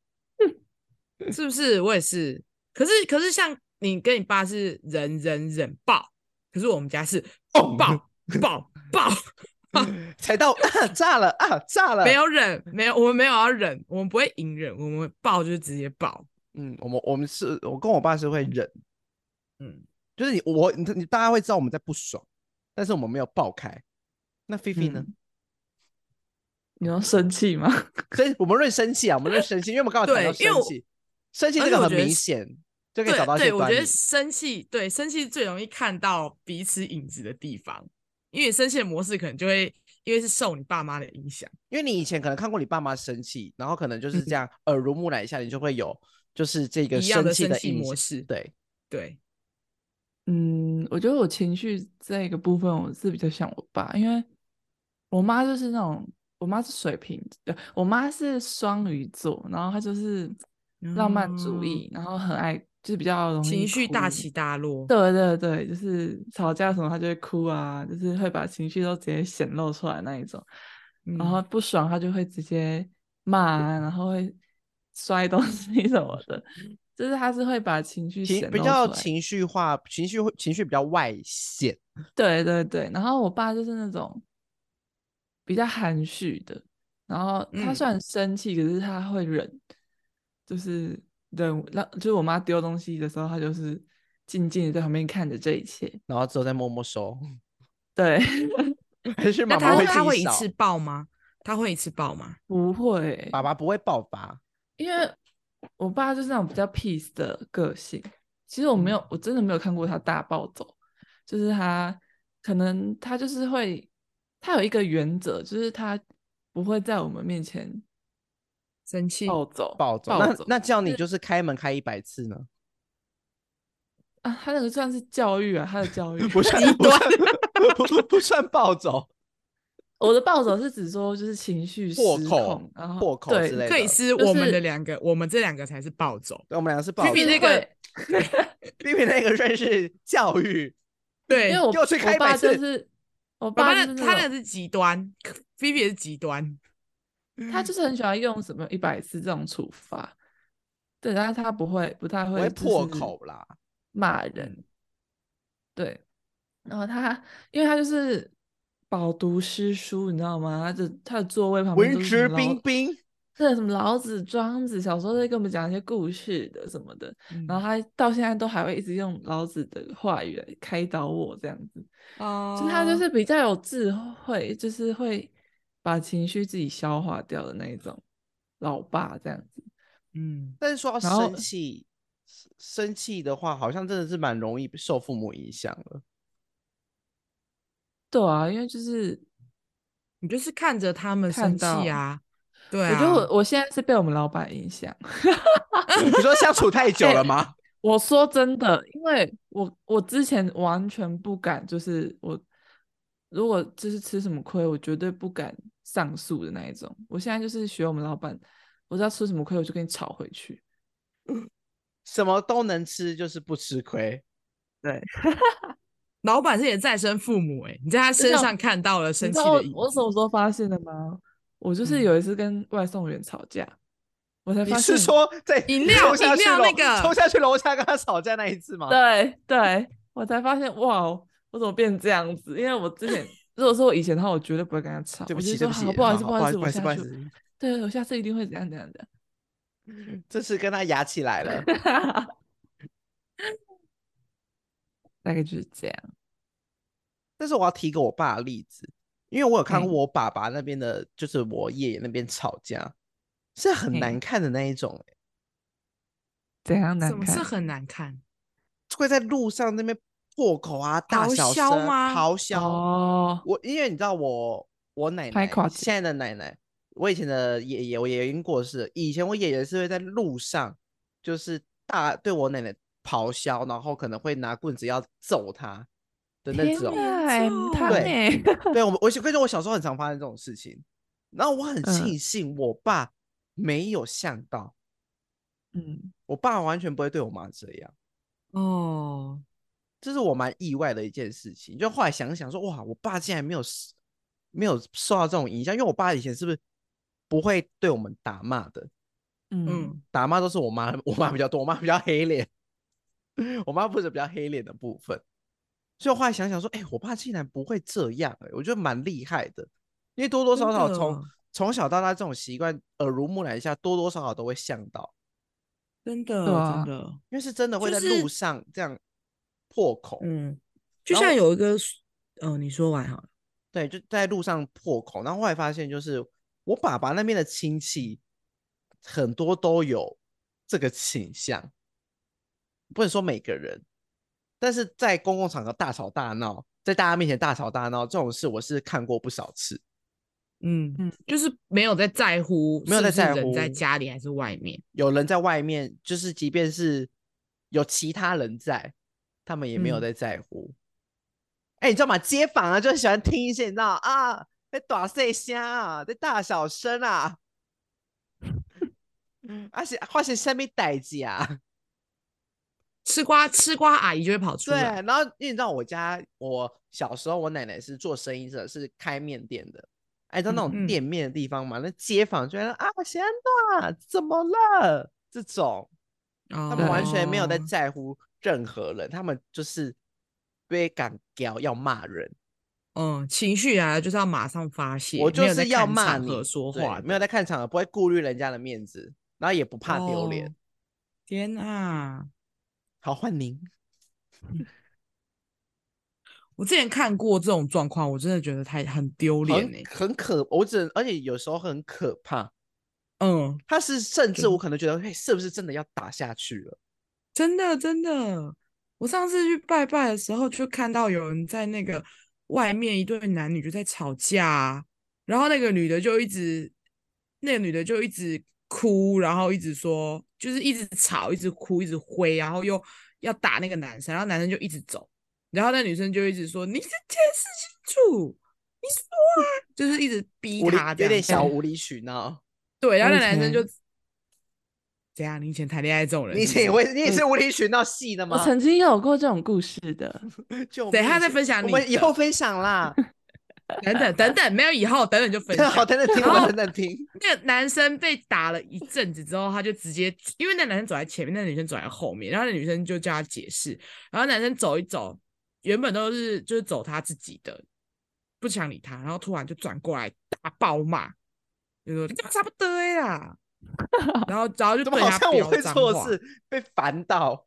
[SPEAKER 3] 是不是？我也是。可是可是，像你跟你爸是忍忍忍爆，可是我们家是爆
[SPEAKER 1] 砰
[SPEAKER 3] 爆爆 爆，
[SPEAKER 1] 踩到 啊，炸了啊，炸了！
[SPEAKER 3] 没，有忍，没有，我们没有要忍，我们不会隐忍，我们爆就是直接爆。
[SPEAKER 1] 嗯，我们我们是，我跟我爸是会忍，
[SPEAKER 3] 嗯，
[SPEAKER 1] 就是你我你你大家会知道我们在不爽，但是我们没有爆开。那菲菲呢？
[SPEAKER 2] 嗯你要生气吗？
[SPEAKER 1] 所以我们论生气啊，我们论生气，因为我们刚好谈
[SPEAKER 3] 对
[SPEAKER 1] 到
[SPEAKER 3] 因为
[SPEAKER 1] 生
[SPEAKER 3] 我
[SPEAKER 1] 气，生气
[SPEAKER 3] 而
[SPEAKER 1] 这
[SPEAKER 3] 且
[SPEAKER 1] 个
[SPEAKER 3] 我
[SPEAKER 1] 很
[SPEAKER 3] 觉得
[SPEAKER 1] 明
[SPEAKER 3] 是
[SPEAKER 1] 显，就可以
[SPEAKER 3] 对
[SPEAKER 1] 找到一些
[SPEAKER 3] 对，我
[SPEAKER 1] 端
[SPEAKER 3] 觉
[SPEAKER 1] 倪
[SPEAKER 3] 得。生气，对生气最容易看到彼此影子的地方，因为你生气的模式可能就会因为是受你爸妈的影响。
[SPEAKER 1] 因为你以前可能看过你爸妈生气，然后可能就是这样耳濡目染一下，你就会有就是这个
[SPEAKER 3] 嗯一样的
[SPEAKER 1] 气
[SPEAKER 3] 生
[SPEAKER 1] 的
[SPEAKER 3] 气
[SPEAKER 1] 印
[SPEAKER 3] 模
[SPEAKER 1] 象
[SPEAKER 3] 式
[SPEAKER 1] 对，
[SPEAKER 3] 对，
[SPEAKER 2] 嗯，我觉得我情绪这一个部分，我是比较像我爸，因为我妈就是那种，我妈是水瓶，呃，我妈是双鱼座，然后她就是浪漫主
[SPEAKER 3] 哦
[SPEAKER 2] 义，然后很爱，就是比较容易
[SPEAKER 3] 情绪
[SPEAKER 2] 哭
[SPEAKER 3] 大起大落。
[SPEAKER 2] 对对对，就是吵架什么他就会哭啊，就是会把情绪都直接显露出来那一种，
[SPEAKER 1] 哦
[SPEAKER 3] 嗯
[SPEAKER 2] 然后不爽他就会直接骂啊，然后会摔东西 什么的，就是他是会把情绪
[SPEAKER 1] 情
[SPEAKER 2] 显
[SPEAKER 1] 比
[SPEAKER 2] 露
[SPEAKER 1] 较
[SPEAKER 2] 出来。
[SPEAKER 1] 情绪化，情绪会情绪比较外显。
[SPEAKER 2] 对对对，然后我爸就是那种比较含蓄的，然后他
[SPEAKER 3] 嗯
[SPEAKER 2] 虽然生气，可是他会忍，就是忍让，就是我妈丢东西的时候，他就是静静的在旁边看着这一切。
[SPEAKER 1] 然后之后再默默 收，
[SPEAKER 2] 对，
[SPEAKER 1] 还是妈
[SPEAKER 3] 那
[SPEAKER 1] 妈
[SPEAKER 3] 他
[SPEAKER 1] 会
[SPEAKER 3] 他
[SPEAKER 1] 自
[SPEAKER 3] 会
[SPEAKER 1] 己
[SPEAKER 3] 一
[SPEAKER 1] 扫
[SPEAKER 3] 次爆吗？他会一次爆吗？
[SPEAKER 2] 不会，
[SPEAKER 1] 爸爸不会爆发，
[SPEAKER 2] 因为我爸就是那种比较 peace 的个性。其实我没有，我真的没有看过他大暴走，就是他可能他就是会，他有一个原则，就是他不会在我们面前
[SPEAKER 3] 生气
[SPEAKER 2] 暴走
[SPEAKER 1] 暴走。
[SPEAKER 2] 暴
[SPEAKER 1] 那
[SPEAKER 2] 走
[SPEAKER 1] 那叫你就是开门开一百次呢？
[SPEAKER 2] 啊，他那个算是教育啊，他的教 育
[SPEAKER 1] 不算
[SPEAKER 2] 极
[SPEAKER 1] 不
[SPEAKER 2] 端
[SPEAKER 1] 算不不不算暴走，
[SPEAKER 2] 我的暴走是指说就是情绪失
[SPEAKER 1] 破口
[SPEAKER 2] 控，然后
[SPEAKER 1] 破口
[SPEAKER 2] 对
[SPEAKER 1] 之类的。
[SPEAKER 3] 克里斯，
[SPEAKER 2] 就
[SPEAKER 3] 我们
[SPEAKER 2] 是
[SPEAKER 3] 的两个，我们这两个才是暴走。
[SPEAKER 1] 对，我们两个是暴走。
[SPEAKER 3] 比比
[SPEAKER 2] 就是
[SPEAKER 3] 那个
[SPEAKER 2] 会
[SPEAKER 1] 比比那个算是教育，
[SPEAKER 3] 对
[SPEAKER 2] 因为，我
[SPEAKER 1] 给我去开
[SPEAKER 2] 我
[SPEAKER 1] 一百
[SPEAKER 2] 爸就
[SPEAKER 1] 次
[SPEAKER 2] 是我
[SPEAKER 3] 爸
[SPEAKER 2] 爸
[SPEAKER 3] 爸
[SPEAKER 2] 就是那
[SPEAKER 3] 他那
[SPEAKER 2] 种
[SPEAKER 3] 个是极端菲比也是极端，
[SPEAKER 2] 他就是很喜欢用什么一百次这种处罚，对，但是他不会，不太
[SPEAKER 1] 我
[SPEAKER 2] 会
[SPEAKER 1] 会
[SPEAKER 2] 就
[SPEAKER 1] 破
[SPEAKER 2] 是
[SPEAKER 1] 口嗯啦。
[SPEAKER 2] 骂人，对，然后他因为他就是饱读诗书，你知道吗？他的他的座位旁边
[SPEAKER 1] 文
[SPEAKER 2] 都是什
[SPEAKER 1] 质
[SPEAKER 2] 么老
[SPEAKER 1] 彬彬，
[SPEAKER 2] 对，什么老子、庄子，小时候在跟我们讲一些故事的什么的，
[SPEAKER 3] 嗯
[SPEAKER 2] 然后他到现在都还会一直用老子的话语来开导我这样子，
[SPEAKER 3] 啊
[SPEAKER 2] 就他就是比较有智慧，就是会把情绪自己消化掉的那一种老爸这样子。
[SPEAKER 3] 嗯，
[SPEAKER 1] 但是说到
[SPEAKER 2] 然后
[SPEAKER 1] 生气，生气的话，好像真的是蛮容易受父母影响 的。
[SPEAKER 2] 对啊，因为就是
[SPEAKER 3] 你就是看着他们
[SPEAKER 2] 看
[SPEAKER 3] 生气
[SPEAKER 2] 到
[SPEAKER 3] 啊，对
[SPEAKER 2] 我
[SPEAKER 3] 啊，
[SPEAKER 2] 觉得我我现在是被我们老板影响。
[SPEAKER 1] 你说相处太久了吗？
[SPEAKER 2] 我说真的，因为我我之前完全不敢，就是我如果就是吃什么亏，我绝对不敢上诉的那一种。我现在就是学我们老板，我知道吃什么亏，我就跟你吵回去。
[SPEAKER 1] 什么都能吃，就是不吃亏。
[SPEAKER 3] 老板是你的再生父母哎、你在他身
[SPEAKER 2] 像
[SPEAKER 3] 上看到了
[SPEAKER 2] 你
[SPEAKER 3] 生
[SPEAKER 2] 知
[SPEAKER 3] 气
[SPEAKER 2] 道我
[SPEAKER 3] 的影
[SPEAKER 2] 我
[SPEAKER 3] 子
[SPEAKER 2] 什么时候发现的吗？我就是
[SPEAKER 3] 嗯
[SPEAKER 2] 有一次跟外送员吵架，我才
[SPEAKER 1] 你
[SPEAKER 2] 发现
[SPEAKER 1] 是说在
[SPEAKER 3] 饮料
[SPEAKER 1] 冲下
[SPEAKER 3] 饮
[SPEAKER 1] 去
[SPEAKER 3] 料
[SPEAKER 1] 楼
[SPEAKER 3] 那个
[SPEAKER 1] 冲下去楼下跟他吵架那一次吗？
[SPEAKER 2] 对对，我才发现哇，哦我怎么变这样子？因为我之前如果是我以前的话，我绝对不会跟他吵，
[SPEAKER 1] 对
[SPEAKER 2] 我
[SPEAKER 1] 不
[SPEAKER 2] 就
[SPEAKER 1] 起，
[SPEAKER 2] 是
[SPEAKER 1] 对不起，
[SPEAKER 2] 说好不好意思，
[SPEAKER 1] 好
[SPEAKER 2] 不好意思，
[SPEAKER 1] 不好
[SPEAKER 2] 我
[SPEAKER 1] 意思，不
[SPEAKER 2] 下
[SPEAKER 1] 好意
[SPEAKER 2] 去，
[SPEAKER 1] 思，
[SPEAKER 2] 对我下次一定会怎样怎样的。
[SPEAKER 1] 这次跟他压起来了。
[SPEAKER 2] 大概就是这样。
[SPEAKER 1] 但是我要提个我爸的例子，因为我有看过
[SPEAKER 2] 嘿
[SPEAKER 1] 我爸爸那边的，就是我爷爷那边吵架，是很
[SPEAKER 2] 嘿
[SPEAKER 1] 难看的那一种、欸，
[SPEAKER 2] 怎样难
[SPEAKER 3] 什么
[SPEAKER 2] 看
[SPEAKER 3] 是？很难看？
[SPEAKER 1] 会在路上那边破口啊、大
[SPEAKER 3] 咆
[SPEAKER 1] 小声
[SPEAKER 3] 哮吗
[SPEAKER 1] 咆哮。
[SPEAKER 2] 哦，
[SPEAKER 1] 我因为你知道我我奶
[SPEAKER 2] 拍
[SPEAKER 1] 奶
[SPEAKER 2] 垮子
[SPEAKER 1] 现在的奶奶，我以前的爷爷，我爷爷已经过世了。以前我爷爷是会在路上，就是大对我奶奶咆哮，然后可能会拿棍子要揍她的那
[SPEAKER 2] 天
[SPEAKER 1] 种。
[SPEAKER 2] 哪，哎
[SPEAKER 3] 重
[SPEAKER 2] 他
[SPEAKER 1] 对
[SPEAKER 2] 妹，
[SPEAKER 1] 对我，我小跟你说，我小时候很常发生这种事情，然后我很
[SPEAKER 2] 嗯
[SPEAKER 1] 庆幸我爸没有像到，
[SPEAKER 2] 嗯，
[SPEAKER 1] 我爸完全不会对我妈这样，
[SPEAKER 3] 哦，
[SPEAKER 1] 这是我蛮意外的一件事情。就后来想想说，哇，我爸竟然没有受没有受到这种影响，因为我爸以前是不是不会对我们打骂的？
[SPEAKER 2] 嗯
[SPEAKER 3] 嗯，
[SPEAKER 1] 打骂都是我妈， 我妈比较多，我妈比较黑脸， 我妈负责比较黑脸的部分。所以我后来想想说，哎、我爸竟然不会这样、欸，我觉得蛮厉害的，因为多多少
[SPEAKER 3] 真
[SPEAKER 1] 少
[SPEAKER 3] 的
[SPEAKER 1] 从从小到大这种习惯耳濡目染一下，多多少少都会像到，
[SPEAKER 3] 真的
[SPEAKER 2] 对啊
[SPEAKER 3] 真的，
[SPEAKER 1] 因为是真的会在
[SPEAKER 3] 就是
[SPEAKER 1] 路上这样破口，
[SPEAKER 3] 嗯，就
[SPEAKER 1] 然后
[SPEAKER 3] 像有一个是，呃，你说完好了，
[SPEAKER 1] 对，就在路上破口。然后后来发现，就是我爸爸那边的亲戚很多都有这个倾向，不能说每个人，但是在公共场合大吵大闹，在大家面前大吵大闹这种事，我是看过不少次。
[SPEAKER 3] 嗯
[SPEAKER 2] 嗯
[SPEAKER 3] 就是没有在在乎，
[SPEAKER 1] 没有在在
[SPEAKER 3] 人在
[SPEAKER 1] 乎
[SPEAKER 3] 家里还是外面，
[SPEAKER 1] 有人在外面，就是即便是有其他人在，他们也没有
[SPEAKER 3] 嗯
[SPEAKER 1] 在在乎。哎、你知道吗？街坊啊，就喜欢听一些，你知道啊，在大碎声啊，在大小声啊，
[SPEAKER 3] 嗯
[SPEAKER 1] 而且发生什么代志啊？
[SPEAKER 3] 吃瓜吃瓜阿姨就会跑出
[SPEAKER 1] 对，
[SPEAKER 3] 来，
[SPEAKER 1] 然后因为你知道我家，我小时候我奶奶是做生意的，是开面店的。哎，你知道那
[SPEAKER 3] 嗯
[SPEAKER 1] 种
[SPEAKER 3] 嗯
[SPEAKER 1] 店面的地方嘛，那街坊就会说啊，贤娜怎么了？这种，
[SPEAKER 3] 他
[SPEAKER 1] 他们完全没有在
[SPEAKER 3] 哦、
[SPEAKER 1] 在乎任何人，他们就是被敢屌要骂人，
[SPEAKER 3] 嗯，情绪啊，就是要马上发泄，
[SPEAKER 1] 我
[SPEAKER 3] 没
[SPEAKER 1] 就
[SPEAKER 3] 有在
[SPEAKER 1] 是要
[SPEAKER 3] 看
[SPEAKER 1] 骂
[SPEAKER 3] 场
[SPEAKER 1] 你
[SPEAKER 3] 合说
[SPEAKER 1] 对
[SPEAKER 3] 话的，
[SPEAKER 1] 没有在看场合，不会顾虑人家的面子，然后也不怕丢脸。
[SPEAKER 3] 哦天啊！
[SPEAKER 1] 好，换您，
[SPEAKER 3] 我之前看过这种状况，我真的觉得太很丢脸哎
[SPEAKER 1] 很。很可，我只能，而且有时候很可怕。
[SPEAKER 3] 嗯，
[SPEAKER 1] 他是甚至
[SPEAKER 3] 真
[SPEAKER 1] 我可能觉得，嘿，是不是真的要打下去了？
[SPEAKER 3] 真的真的，我上次去拜拜的时候，就看到有人在那个外面一对男女就在吵架啊，然后那个女的就一直，那个女的就一直哭，然后一直说，就是一直吵，一直哭，一直挥，然后又要打那个男生，然后男生就一直走，然后那女生就一直说：“你是解释清楚，你说 啊！”就是一直逼
[SPEAKER 1] 无理
[SPEAKER 3] 他，
[SPEAKER 1] 有点小无理取闹。
[SPEAKER 3] 对，然后
[SPEAKER 2] 我
[SPEAKER 3] 那
[SPEAKER 2] 以
[SPEAKER 3] 男生就
[SPEAKER 2] 前
[SPEAKER 3] 怎样？你以前谈恋爱这种人
[SPEAKER 1] 你以
[SPEAKER 3] 是不
[SPEAKER 1] 前也
[SPEAKER 3] 是
[SPEAKER 1] 会，你也是无理取闹系的吗
[SPEAKER 2] 我？曾经有过这种故事的，
[SPEAKER 1] 就
[SPEAKER 3] 等一下再分享
[SPEAKER 1] 我
[SPEAKER 3] 你
[SPEAKER 1] 们以
[SPEAKER 3] 的
[SPEAKER 1] 后分享啦。
[SPEAKER 3] 等 等等等，没有以后，等等就分享。
[SPEAKER 1] 好，等等听，
[SPEAKER 3] 然
[SPEAKER 1] 我
[SPEAKER 3] 后
[SPEAKER 1] 等等听。
[SPEAKER 3] 那个男生被打了一阵子之后，他就直接，因为那男生走在前面，那女生走在后面，然后那女生就叫他解释，然后男生走一走，原本都是就是走他自己的，不想理他，然后突然就转过来大暴骂，就说你干嘛差不多啦，然后然后就
[SPEAKER 1] 怎
[SPEAKER 3] 对
[SPEAKER 1] 么好
[SPEAKER 3] 他
[SPEAKER 1] 像我
[SPEAKER 3] 飙
[SPEAKER 1] 会
[SPEAKER 3] 脏
[SPEAKER 1] 错
[SPEAKER 3] 话，
[SPEAKER 1] 事？被烦到，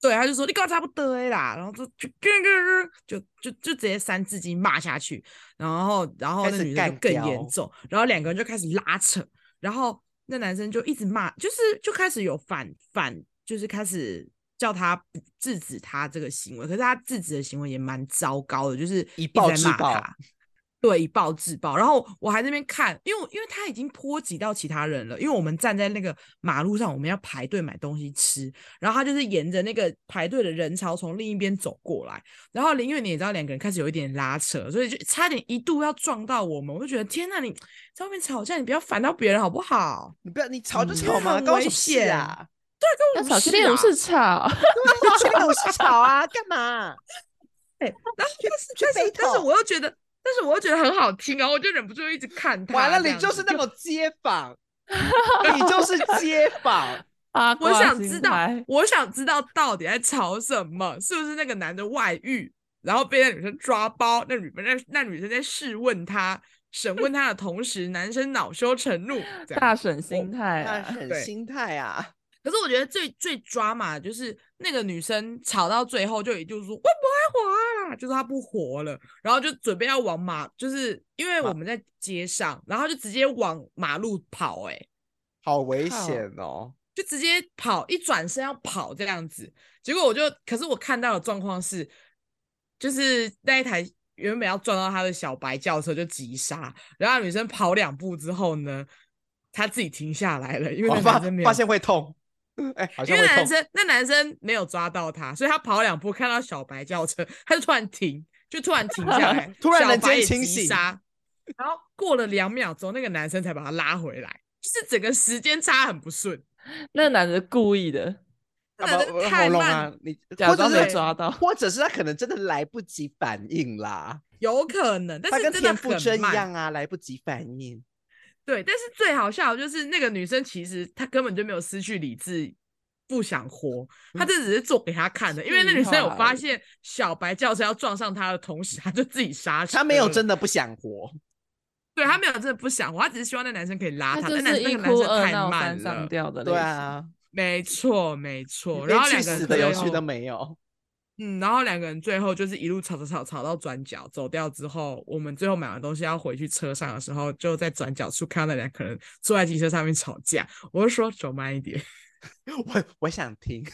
[SPEAKER 3] 对，他就说你干嘛差不多啦，然后就就就就就直接三字经骂下去，然后然后
[SPEAKER 1] 开
[SPEAKER 3] 那
[SPEAKER 1] 始
[SPEAKER 3] 女生
[SPEAKER 1] 干
[SPEAKER 3] 就更
[SPEAKER 1] 飙
[SPEAKER 3] 严重，然后两个人就开始拉扯，然后那男生就一直骂，就是就开始有反反，就是开始叫他不制止他这个行为，可是他制止的行为也蛮糟糕的，就是
[SPEAKER 1] 以
[SPEAKER 3] 一直
[SPEAKER 1] 暴
[SPEAKER 3] 在
[SPEAKER 1] 制
[SPEAKER 3] 骂
[SPEAKER 1] 暴
[SPEAKER 3] 他。对，以暴制暴。然后我还在那边看，因为因为他已经波及到其他人了，因为我们站在那个马路上，我们要排队买东西吃，然后他就是沿着那个排队的人潮从另一边走过来，然后林远你也知道两个人开始有一点拉扯，所以就差点一度要撞到我们，我就觉得天呐，你在外面吵架，你不要烦到别人好不好？
[SPEAKER 1] 你不要你吵就
[SPEAKER 3] 嗯
[SPEAKER 1] 吵嘛，
[SPEAKER 3] 很
[SPEAKER 1] 关我
[SPEAKER 3] 危
[SPEAKER 1] 什么事
[SPEAKER 3] 险啊
[SPEAKER 1] 啊？
[SPEAKER 2] 要
[SPEAKER 3] 对，跟我
[SPEAKER 2] 吵
[SPEAKER 3] 啊
[SPEAKER 2] 去练武室吵，
[SPEAKER 1] 去练武室吵啊，干嘛？
[SPEAKER 3] 然后但是
[SPEAKER 1] 去
[SPEAKER 3] 但
[SPEAKER 1] 北
[SPEAKER 3] 是但是
[SPEAKER 1] 投
[SPEAKER 3] 我又觉得，但是我又觉得很好听，然后我就忍不住一直看他。
[SPEAKER 1] 完了，
[SPEAKER 3] 这
[SPEAKER 1] 你
[SPEAKER 3] 样
[SPEAKER 1] 就
[SPEAKER 3] 子
[SPEAKER 1] 是那种街坊，你就是街 坊，
[SPEAKER 2] 啊，
[SPEAKER 3] 我想知道，我想知道到底在吵什么，是不是那个男的外遇，然后被那女生抓包，那女那那女生在试问他、审问他的同时，男生恼羞成怒，这样
[SPEAKER 2] 大婶心态
[SPEAKER 1] 那
[SPEAKER 2] 啊，
[SPEAKER 1] 很
[SPEAKER 3] 对
[SPEAKER 1] 心态啊。
[SPEAKER 3] 可是我觉得最最抓马的就是那个女生吵到最后就也就是说我不爱活啦，就是她不活了，然后就准备要往马，就是因为我们在街上，然后就直接往马路跑、欸，
[SPEAKER 1] 好危
[SPEAKER 2] 靠
[SPEAKER 1] 险哦！
[SPEAKER 3] 就直接跑，一转身要跑这样子。结果我就，可是我看到的状况是，就是那一台原本要撞到他的小白轿车就急刹，然后那女生跑两步之后呢，她自己停下来了，因为
[SPEAKER 1] 我
[SPEAKER 3] 那
[SPEAKER 1] 哦发
[SPEAKER 3] 男生没有
[SPEAKER 1] 发现会痛， 哎，好
[SPEAKER 3] 因
[SPEAKER 1] 像
[SPEAKER 3] 为
[SPEAKER 1] 会
[SPEAKER 3] 男
[SPEAKER 1] 痛。
[SPEAKER 3] 生那男生没有抓到他，所以他跑两步看到小白轿车，他就突然停，就突然停下来
[SPEAKER 1] ，突然
[SPEAKER 3] 小
[SPEAKER 1] 人
[SPEAKER 3] 白
[SPEAKER 1] 间
[SPEAKER 3] 也
[SPEAKER 1] 清
[SPEAKER 3] 急
[SPEAKER 1] 醒
[SPEAKER 3] 刹，然后过了两秒钟，那个男生才把他拉回来，就是整个时间差很不顺。
[SPEAKER 2] 那个男的故意的，
[SPEAKER 3] 那
[SPEAKER 1] 干嘛
[SPEAKER 3] 男生
[SPEAKER 1] 我
[SPEAKER 3] 太
[SPEAKER 1] 喉咙
[SPEAKER 3] 慢
[SPEAKER 1] 啊，你
[SPEAKER 2] 假
[SPEAKER 1] 或者
[SPEAKER 2] 装没
[SPEAKER 1] 是
[SPEAKER 2] 抓到
[SPEAKER 1] 或者是他可能真的来不及反应啦，
[SPEAKER 3] 有可能，但
[SPEAKER 1] 他
[SPEAKER 3] 是
[SPEAKER 1] 跟
[SPEAKER 3] 真的
[SPEAKER 1] 田馥
[SPEAKER 3] 很
[SPEAKER 1] 甄一
[SPEAKER 3] 慢
[SPEAKER 1] 样啊，来不及反应。
[SPEAKER 3] 对，但是最好笑的就是那个女生其实她根本就没有失去理智，不想活，
[SPEAKER 1] 嗯
[SPEAKER 3] 她这只是做给她看的。因为那女生有发
[SPEAKER 2] 是
[SPEAKER 3] 现小白轿车要撞上她的同时，她就自己刹车。
[SPEAKER 1] 他没有真
[SPEAKER 3] 的，
[SPEAKER 1] 的不想活，
[SPEAKER 3] 对她没有真的不想活，她只是希望那男生可以拉
[SPEAKER 2] 他
[SPEAKER 3] 她，
[SPEAKER 2] 就
[SPEAKER 3] 但男
[SPEAKER 2] 是
[SPEAKER 3] 那
[SPEAKER 2] 一
[SPEAKER 3] 个男
[SPEAKER 2] 哭
[SPEAKER 3] 生
[SPEAKER 2] 二
[SPEAKER 3] 太
[SPEAKER 2] 闹
[SPEAKER 3] 慢
[SPEAKER 2] 三上
[SPEAKER 3] 了。
[SPEAKER 2] 吊的类
[SPEAKER 1] 对
[SPEAKER 2] 型，
[SPEAKER 1] 啊，
[SPEAKER 3] 没错，没错。然
[SPEAKER 1] 连
[SPEAKER 3] 后
[SPEAKER 1] 去
[SPEAKER 3] 两个人
[SPEAKER 1] 死的
[SPEAKER 3] 最
[SPEAKER 1] 游戏
[SPEAKER 3] 后
[SPEAKER 1] 都没有。
[SPEAKER 3] 嗯，然后两个人最后就是一路吵吵吵吵到转角走掉之后，我们最后买完东西要回去车上的时候，就在转角处看到那两个人坐在机车上面吵架。我就说走慢一点，
[SPEAKER 1] 我我想听，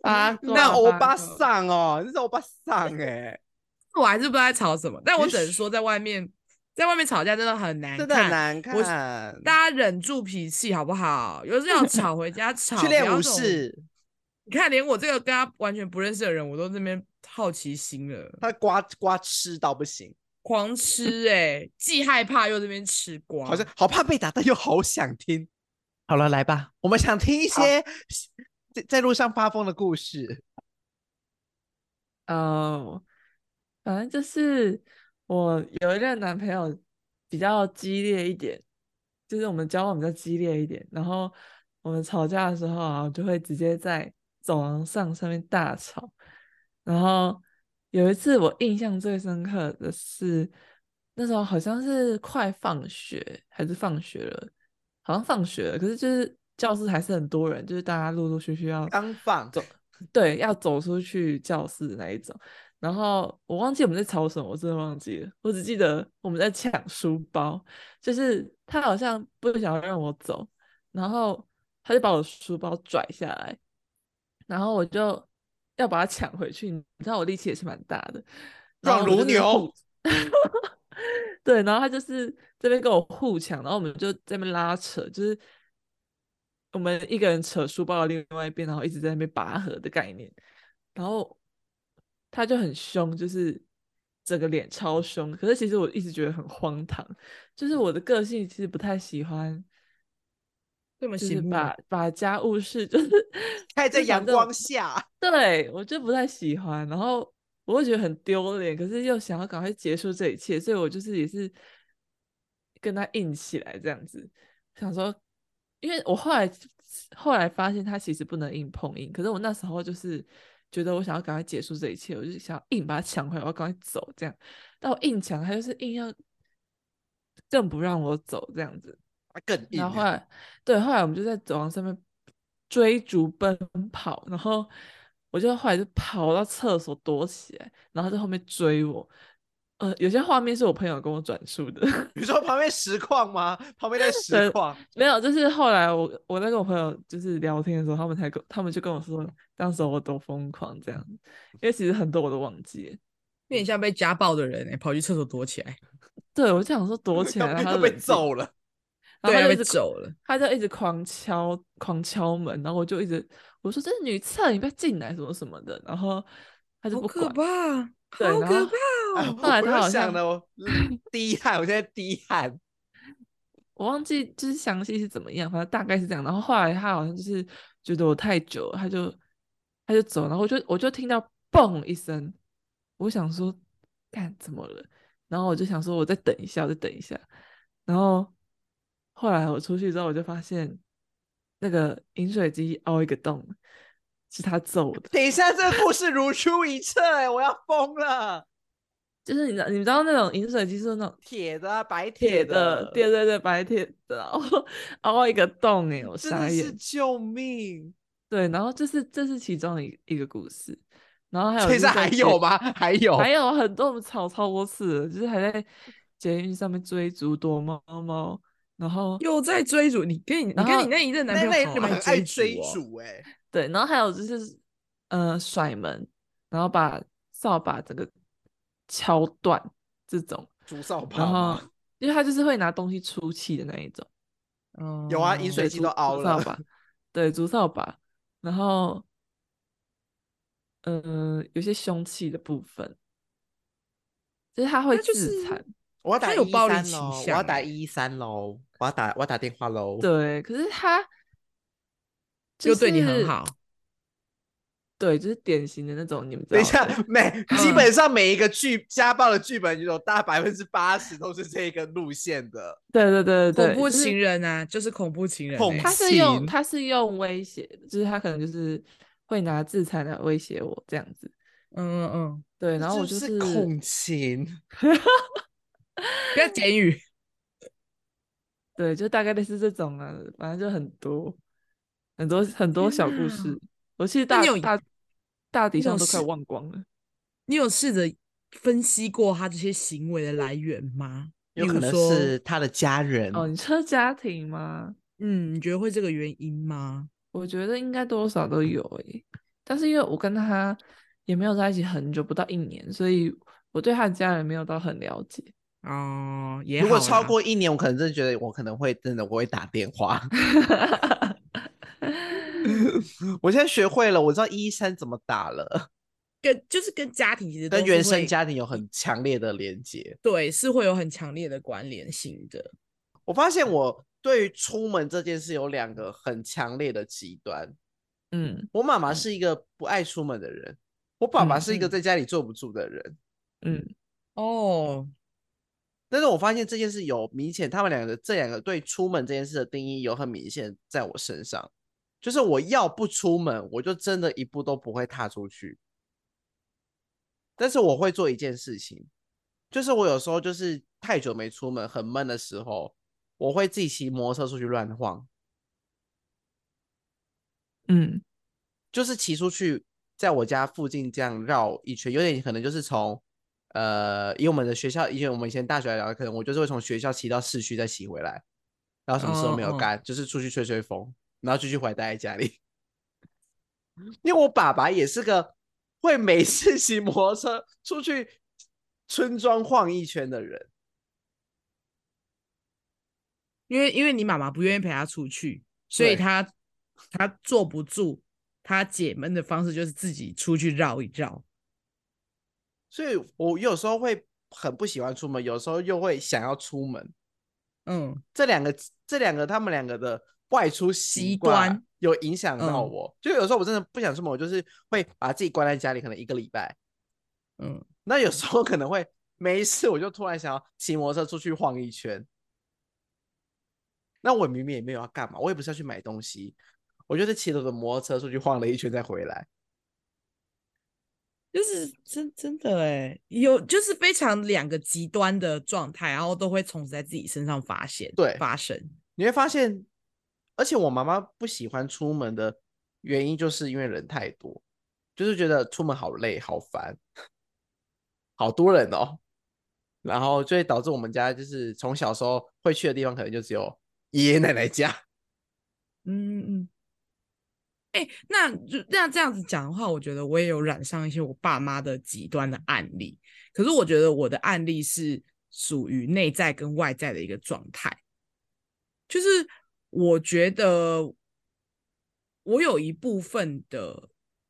[SPEAKER 2] 八 卦
[SPEAKER 1] 那欧巴
[SPEAKER 2] 卦
[SPEAKER 1] 桑哦，那是欧巴桑哎，
[SPEAKER 3] 我还是不知道在吵什么，但我只能
[SPEAKER 1] 嘘
[SPEAKER 3] 说在外面，在外面吵架真的很难
[SPEAKER 1] 真
[SPEAKER 3] 看，
[SPEAKER 1] 的很难
[SPEAKER 3] 我
[SPEAKER 1] 看。
[SPEAKER 3] 大家忍住脾气好不好？有时候要吵 回家吵，
[SPEAKER 1] 去
[SPEAKER 3] 不
[SPEAKER 1] 练
[SPEAKER 3] 要
[SPEAKER 1] 武
[SPEAKER 3] 这种。
[SPEAKER 1] 士，
[SPEAKER 3] 你看，连我这个跟他完全不认识的人，我都这边好奇心了。
[SPEAKER 1] 他瓜瓜吃到不行，
[SPEAKER 3] 狂吃哎、既害怕又这边吃瓜，
[SPEAKER 2] 嗯
[SPEAKER 1] 好像好怕被打，但又好想听。好了，来吧，我们想听一些在在路上发疯的故事。
[SPEAKER 2] 哦，反正就是我有一任男朋友比较激烈一点，就是我们交往比较激烈一点，然后我们吵架的时候啊，就会直接在走廊上上面大吵。然后有一次我印象最深刻的是，那时候好像是快放学还是放学了，好像放学了，可是就是教室还是很多人，就是大家陆陆续续要
[SPEAKER 1] 刚放，
[SPEAKER 2] 走，对，要走出去教室的那一种。然后我忘记我们在吵什么，我真的忘记了，我只记得我们在抢书包，就是他好像不想让我走，然后他就把我的书包拽下来，然后我就要把它抢回去，你知道我力气也是蛮大的，然
[SPEAKER 1] 壮
[SPEAKER 2] 后我
[SPEAKER 1] 如
[SPEAKER 2] 就是
[SPEAKER 1] 牛
[SPEAKER 2] 互。 对，然后他就是这边跟我互抢，然后我们就在那边拉扯，就是我们一个人扯书包的另外一边，然后一直在那边拔河的概念。然后他就很凶，就是整个脸超凶。可是其实我一直觉得很荒唐，就是我的个性其实不太喜欢，
[SPEAKER 3] 这么
[SPEAKER 2] 就是
[SPEAKER 3] 醒目
[SPEAKER 2] 把把家务事就是
[SPEAKER 1] 开在
[SPEAKER 2] 就把
[SPEAKER 1] 阳
[SPEAKER 2] 这种
[SPEAKER 1] 光下，
[SPEAKER 2] 对，我就不太喜欢。然后我会觉得很丢脸，可是又想要赶快结束这一切，所以我就是也是跟他硬起来这样子，想说，因为我后来后来发现他其实不能硬碰硬，可是我那时候就是觉得我想要赶快结束这一切，我就想要硬把他抢回来，我要赶快走这样，但我硬抢他就是硬要更不让我走这样子，
[SPEAKER 1] 他更硬
[SPEAKER 2] 然后后
[SPEAKER 1] 欸。
[SPEAKER 2] 来，对，后来我们就在走廊上面追逐奔跑，然后我就后来就跑到厕所躲起来，然后他在后面追我。呃，有些画面是我朋友跟我转述的，
[SPEAKER 1] 你说旁边实况吗？旁边在实
[SPEAKER 2] 对
[SPEAKER 1] 况，
[SPEAKER 2] 没有，就是后来我我在跟我朋友就是聊天的时候，他们才跟他们就跟我说，当时我多疯狂这样，因为其实很多我都忘记了。
[SPEAKER 3] 有点像被家暴的人哎、跑去厕所躲起来，
[SPEAKER 2] 对，我就想说 躲起
[SPEAKER 1] 要
[SPEAKER 2] 来，
[SPEAKER 1] 不
[SPEAKER 2] 然后
[SPEAKER 1] 然
[SPEAKER 2] 他
[SPEAKER 1] 都被
[SPEAKER 2] 冷静
[SPEAKER 1] 揍了。
[SPEAKER 2] 然后
[SPEAKER 3] 对，
[SPEAKER 2] 他
[SPEAKER 3] 被
[SPEAKER 2] 就一直
[SPEAKER 3] 走了。
[SPEAKER 2] 他就一直狂敲狂敲门，然后我就一直我说这是女厕，你不要进来什么什么的，然后他就
[SPEAKER 3] 好
[SPEAKER 2] 不
[SPEAKER 3] 可
[SPEAKER 2] 管。
[SPEAKER 3] 怕，
[SPEAKER 2] 对
[SPEAKER 3] 好
[SPEAKER 2] 然
[SPEAKER 3] 可
[SPEAKER 2] 后
[SPEAKER 1] 哎
[SPEAKER 3] 怕哦！
[SPEAKER 1] 我
[SPEAKER 2] 后来他
[SPEAKER 1] 又
[SPEAKER 2] 好
[SPEAKER 1] 想
[SPEAKER 2] 像
[SPEAKER 1] 了，我滴汗，我现在滴汗。
[SPEAKER 2] 我忘记就是详细是怎么样，反正大概是这样。然后后来他好像就是觉得我太久了，他就他就走，然后我就我就听到嘣一声，我想说干怎么了？然后我就想说我再等一下，我再等一下。然后后来我出去之后，我就发现那个饮水机凹一个洞，是他揍的。
[SPEAKER 1] 等一下，这个故事如出一辙哎，我要疯了！
[SPEAKER 2] 就是你知道，你知道那种饮水机是那种
[SPEAKER 1] 铁的啊，白
[SPEAKER 2] 铁
[SPEAKER 1] 的
[SPEAKER 2] 的，，对对对，白铁的，然后 凹一个洞哎，我
[SPEAKER 1] 嗯真
[SPEAKER 2] 傻
[SPEAKER 1] 的是
[SPEAKER 2] 眼。
[SPEAKER 1] 救命！
[SPEAKER 2] 对，然后这是这是其中一一个故事，然后还
[SPEAKER 1] 现
[SPEAKER 2] 有就是
[SPEAKER 1] 在
[SPEAKER 2] 在
[SPEAKER 1] 还
[SPEAKER 2] 捷
[SPEAKER 1] 有？吗？还有，
[SPEAKER 2] 还有很多我们吵超多次了，就是还在捷运上面追逐躲猫猫，然后
[SPEAKER 3] 哦又在追逐你，跟你你
[SPEAKER 2] 然
[SPEAKER 3] 跟
[SPEAKER 2] 后
[SPEAKER 3] 你那一任男
[SPEAKER 1] 那
[SPEAKER 3] 朋
[SPEAKER 1] 那
[SPEAKER 3] 友
[SPEAKER 1] 你
[SPEAKER 3] 好
[SPEAKER 1] 们很爱
[SPEAKER 3] 追
[SPEAKER 1] 追
[SPEAKER 3] 哦，
[SPEAKER 1] 逐哎，
[SPEAKER 2] 对，然后还有就是呃甩门，然后把扫把整个敲断这种，
[SPEAKER 1] 竹扫把
[SPEAKER 2] 然后
[SPEAKER 1] 吗？
[SPEAKER 2] 因为他就是会拿东西出气的那一种。
[SPEAKER 3] 嗯
[SPEAKER 1] 有啊饮水
[SPEAKER 2] 对
[SPEAKER 1] 机
[SPEAKER 2] 竹
[SPEAKER 1] 都
[SPEAKER 2] 竹
[SPEAKER 1] 凹
[SPEAKER 2] 扫
[SPEAKER 1] 了
[SPEAKER 2] 把，对，竹扫把，然后，嗯，有些凶器的部分，就是他会
[SPEAKER 3] 他就
[SPEAKER 2] 自
[SPEAKER 3] 是
[SPEAKER 2] 残，
[SPEAKER 1] 我要
[SPEAKER 3] 他
[SPEAKER 1] 打
[SPEAKER 3] 有
[SPEAKER 1] 一
[SPEAKER 3] 暴力
[SPEAKER 1] 三
[SPEAKER 3] 倾
[SPEAKER 1] 喽，我
[SPEAKER 3] 向
[SPEAKER 1] 要打
[SPEAKER 3] 欸
[SPEAKER 1] 一三喽，我要打我要打电话喽。
[SPEAKER 2] 对，可是他就
[SPEAKER 3] 又对你很
[SPEAKER 2] 是，
[SPEAKER 3] 好，
[SPEAKER 2] 对，就是典型的那种，你们知
[SPEAKER 1] 等一
[SPEAKER 2] 道
[SPEAKER 1] 下
[SPEAKER 2] 的，
[SPEAKER 1] 每基
[SPEAKER 2] 嗯
[SPEAKER 1] 本上每一个剧家暴的剧本有大百分之八十都是这个路线的，
[SPEAKER 2] 对对对对对，
[SPEAKER 3] 恐怖
[SPEAKER 2] 就是
[SPEAKER 3] 情人啊，就是恐怖情人
[SPEAKER 1] 恐
[SPEAKER 3] 欸，
[SPEAKER 2] 他
[SPEAKER 1] 怖
[SPEAKER 2] 是用
[SPEAKER 1] 情
[SPEAKER 2] 他是用威胁，就是他可能就是会拿自残来威胁我这样子，
[SPEAKER 3] 嗯嗯嗯，
[SPEAKER 2] 对，然后我
[SPEAKER 1] 就
[SPEAKER 2] 就是
[SPEAKER 1] 恐情。
[SPEAKER 3] 不要监狱，
[SPEAKER 2] 对，就大概类似这种啊，反正就很多很多很多
[SPEAKER 3] 天
[SPEAKER 2] 小故
[SPEAKER 3] 哪
[SPEAKER 2] 事。我其实
[SPEAKER 3] 那
[SPEAKER 2] 大
[SPEAKER 3] 你有
[SPEAKER 2] 大大体
[SPEAKER 3] 你
[SPEAKER 2] 上
[SPEAKER 3] 有
[SPEAKER 2] 都快
[SPEAKER 3] 试
[SPEAKER 2] 忘光了。
[SPEAKER 3] 你有试着分析过他这些行为的来源吗？
[SPEAKER 1] 有
[SPEAKER 3] 例
[SPEAKER 1] 可
[SPEAKER 3] 如
[SPEAKER 1] 能
[SPEAKER 3] 说
[SPEAKER 1] 是他的家人，
[SPEAKER 2] 哦，你说家庭吗？
[SPEAKER 3] 嗯，你觉得会这个原因吗？
[SPEAKER 2] 我觉得应该多少都有诶，但是因为我跟他也没有在一起很久，不到一年，所以我对他的家人没有到很了解。
[SPEAKER 3] 哦，也
[SPEAKER 1] 如果
[SPEAKER 3] 好
[SPEAKER 1] 超
[SPEAKER 3] 啦
[SPEAKER 1] 过一年，我可能真的觉得我可能会真的我会打电话。 我现在学会了，我知道一三怎么打了，
[SPEAKER 3] 跟就是跟家庭其实
[SPEAKER 1] 跟
[SPEAKER 3] 都是
[SPEAKER 1] 原生
[SPEAKER 3] 会
[SPEAKER 1] 家庭有很强烈的连接。
[SPEAKER 3] 对是会有很强烈的关联性的。
[SPEAKER 1] 我发现我对于出门这件事有两个很强烈的极端。
[SPEAKER 2] 嗯
[SPEAKER 1] 我妈妈是一个不爱出门的人，我爸爸是一个
[SPEAKER 3] 嗯嗯
[SPEAKER 1] 在家里坐不住的人。
[SPEAKER 2] 嗯，
[SPEAKER 3] 哦，
[SPEAKER 1] 但是我发现这件事有明显，他们两个这两个对出门这件事的定义有很明显在我身上，就是我要不出门，我就真的一步都不会踏出去。但是我会做一件事情，就是我有时候就是太久没出门，很闷的时候，我会自己骑摩托车出去乱晃，
[SPEAKER 2] 嗯
[SPEAKER 1] 就是骑出去，在我家附近这样绕一圈，有点可能就是从呃，以我们的学校，以前我们以前大学来聊，可能我就是会从学校骑到市区再骑回来，然后什么事都没有
[SPEAKER 3] 哦哦
[SPEAKER 1] 干，就是出去吹吹风，然后继续回来待在家里。 因为我爸爸也是个会每次骑摩托车出去村庄晃一圈的人，
[SPEAKER 3] 因为因为你妈妈不愿意陪她出去，所以
[SPEAKER 1] 对
[SPEAKER 3] 她她坐不住，她解闷的方式就是自己出去绕一绕。
[SPEAKER 1] 所以我有时候会很不喜欢出门，有时候又会想要出门。
[SPEAKER 3] 嗯，
[SPEAKER 1] 这两个这两个他们两个的外出习
[SPEAKER 3] 极
[SPEAKER 1] 惯啊
[SPEAKER 3] 端
[SPEAKER 1] 有影响到
[SPEAKER 3] 嗯
[SPEAKER 1] 我，就有时候我真的不想出门，我就是会把自己关在家里，可能一个礼拜，
[SPEAKER 3] 嗯，
[SPEAKER 1] 那有时候可能会没事，我就突然想要骑摩托车出去晃一圈。那我明明也没有要干嘛，我也不是要去买东西，我就是骑着我的摩托车出去晃了一圈再回来。
[SPEAKER 3] 就是真真的哎，有就是非常两个极端的状态，然后都会从此在自己身上发现，
[SPEAKER 1] 对
[SPEAKER 3] 发生。
[SPEAKER 1] 你会发现，而且我妈妈不喜欢出门的原因，就是因为人太多，就是觉得出门好累、好烦、 好多人哦，然后就会导致我们家就是从小时候会去的地方，可能就只有爷爷奶奶家。
[SPEAKER 3] 嗯嗯嗯。哎、那就那这样子讲的话，我觉得我也有染上一些我爸妈的极端的案例。可是我觉得我的案例是属于内在跟外在的一个状态，就是我觉得我有一部分的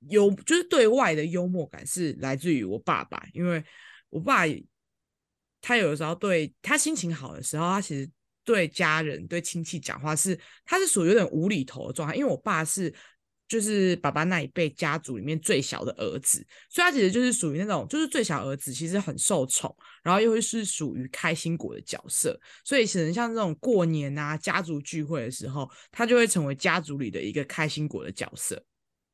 [SPEAKER 3] 幽，就是对外的幽默感是来自于我爸爸，因为我爸也他有的时候对他心情好的时候，他其实对家人、对亲戚讲话是，他是属于有点无厘头的状态。因为我爸是就是爸爸那一辈家族里面最小的儿子，所以他其实就是属于那种就是最小儿子，其实很受宠，然后又是属于开心果的角色。所以可能像这种过年啊、家族聚会的时候，他就会成为家族里的一个开心果的角色。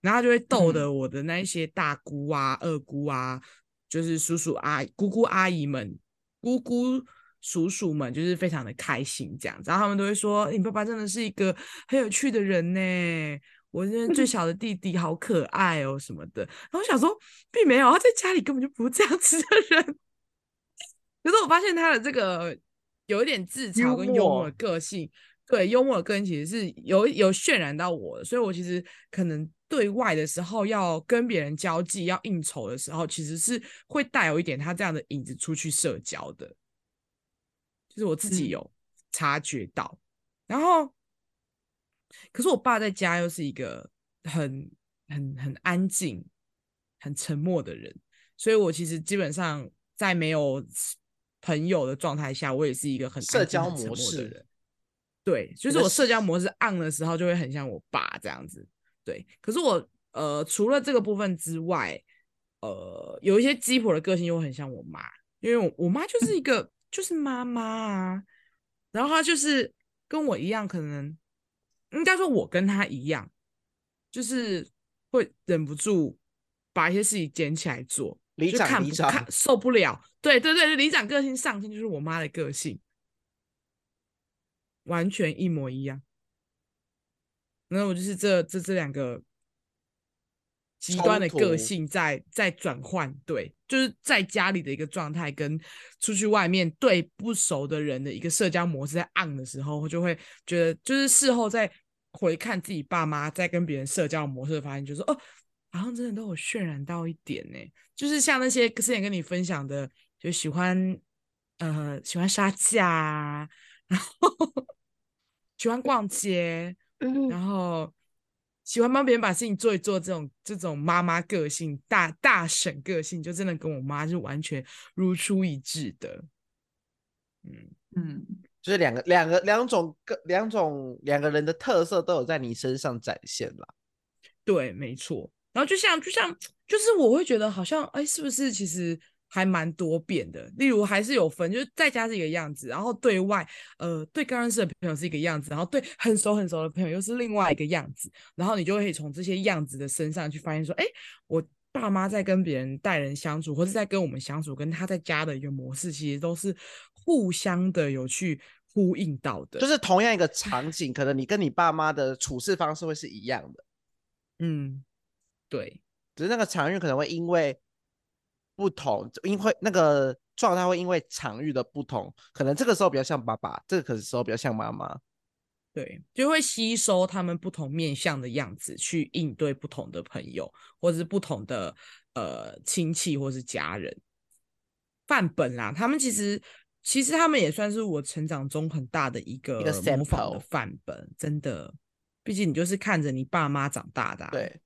[SPEAKER 3] 然后他就会逗得我的那一些大姑啊、二姑啊，就是叔叔阿姨、姑姑阿姨们、姑姑叔叔们，就是非常的开心这样子。然后他们都会说：“欸你爸爸真的是一个很有趣的人呢，我这 最小的弟弟好可爱哦什么的。”然后我想说，并没有，他在家里根本就不是这样子的人。可是我发现他的这个有一点自嘲
[SPEAKER 1] 幽
[SPEAKER 3] 跟幽默
[SPEAKER 1] 默
[SPEAKER 3] 的个性，对幽默的个性其实是有有渲染到我的，所以我其实可能对外的时候要跟别人交际、要应酬的时候，其实是会带有一点他这样的影子出去社交的，就是我自
[SPEAKER 2] 嗯
[SPEAKER 3] 己有察觉到。然后，可是我爸在家又是一个很很很安静、很沉默的人，所以我其实基本上在没有 s- 朋友的状态下，我也是一个很
[SPEAKER 1] 社
[SPEAKER 3] 安静
[SPEAKER 1] 交
[SPEAKER 3] 很沉
[SPEAKER 1] 模
[SPEAKER 3] 默的
[SPEAKER 1] 式
[SPEAKER 3] 人。对，就
[SPEAKER 1] 你
[SPEAKER 3] 是
[SPEAKER 1] 的
[SPEAKER 3] 我社交
[SPEAKER 1] 社
[SPEAKER 3] 模式 on 的时候，就会很像我爸这样子。对，可是我呃，除了这个部分之外，呃，有一些鸡婆的个性又很像我妈，因为我我妈
[SPEAKER 1] 嗯
[SPEAKER 3] 就是一个就是妈妈啊，然后她就是跟我一样，可能应该说我跟她一样，就是会忍不住把一些事情捡起来做，
[SPEAKER 1] 里
[SPEAKER 3] 就
[SPEAKER 1] 长
[SPEAKER 3] 看
[SPEAKER 1] 里
[SPEAKER 3] 不
[SPEAKER 1] 长
[SPEAKER 3] 看受不了，对对对，里长个性上升就是我妈的个性，完全一模一样。然后我就是这这这两个极端的
[SPEAKER 1] 冲
[SPEAKER 3] 个
[SPEAKER 1] 突
[SPEAKER 3] 性在在转换，对，就是在家里的一个状态跟出去外面对不熟的人的一个社交模式在 on 的时候，我就会觉得就是事后再回看自己爸妈在跟别人社交的模式，发现就是哦，好像真的都有渲染到一点呢、就是像那些之前跟你分享的，就喜欢呃喜欢杀价啊，然后 喜欢逛街，然后喜欢帮别人把事情做一做，这种这种妈妈个性、大大婶个性，就真的跟我妈是完全如出一致的。嗯，
[SPEAKER 2] 嗯，
[SPEAKER 1] 就是两个两个两种个两种两个人的特色都有在你身上展现了。
[SPEAKER 3] 对，没错。然后就像就像就是我会觉得好像哎，是不是其实还蛮多变的？例如还是有分，就是在家是一个样子，然后对外呃对刚认识的朋友是一个样子，然后对很熟很熟的朋友又是另外一个样子，然后你就会从这些样子的身上去发现说，哎，我爸妈在跟别人待人相处，或是在跟我们相处，跟他在家的一个模式，其实都是互相的有去呼应到的。
[SPEAKER 1] 就是同样一个场景，可能你跟你爸妈的处事方式会是一样的，
[SPEAKER 3] 嗯，对。
[SPEAKER 1] 只是那个场域可能会因为不同，因为那个状态会因为场域的不同，可能这个时候比较像爸爸，这个时候比较像妈妈。
[SPEAKER 3] 对，就会吸收他们不同面向的样子去应对不同的朋友，或者是不同的呃亲戚或是家人。范本啦，他们其实其实他们也算是我成长中很大的一个
[SPEAKER 1] 个
[SPEAKER 3] 模仿的
[SPEAKER 1] sample
[SPEAKER 3] 范本，真的。毕竟你就是看着你爸妈长大的、啊，，
[SPEAKER 1] 对，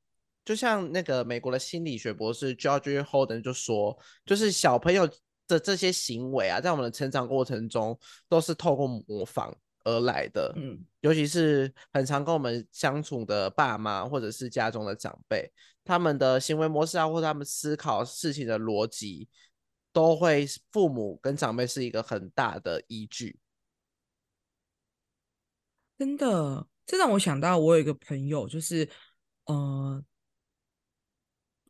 [SPEAKER 1] 就像那个美国的心理学博士 George Holden 就说，就是小朋友的这些行为啊，在我们的成长过程中都是透过模仿而来的。
[SPEAKER 3] 嗯，
[SPEAKER 1] 尤其是很常跟我们相处的爸妈或者是家中的长辈，他们的行为模式啊，或者他们思考事情的逻辑，都会是父母跟长辈是一个很大的依据。
[SPEAKER 3] 真的，这让我想到我有一个朋友，就是，呃，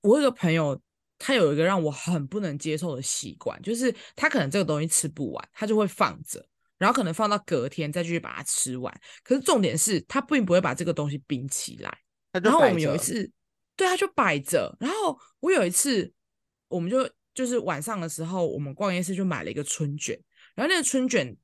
[SPEAKER 3] 我有一个朋友，他有一个让我很不能接受的习惯，就是他可能这个东西吃不完，他就会放着，然后可能放到隔天再继续把它吃完。可是重点是他并不会把这个东西冰起来。
[SPEAKER 1] 他就
[SPEAKER 3] 然后我
[SPEAKER 1] 摆
[SPEAKER 3] 们有一
[SPEAKER 1] 着
[SPEAKER 3] 次，对，他就摆着。然后我有一次，我们就就是晚上的时候，我们逛夜市就买了一个春卷，然后那个春卷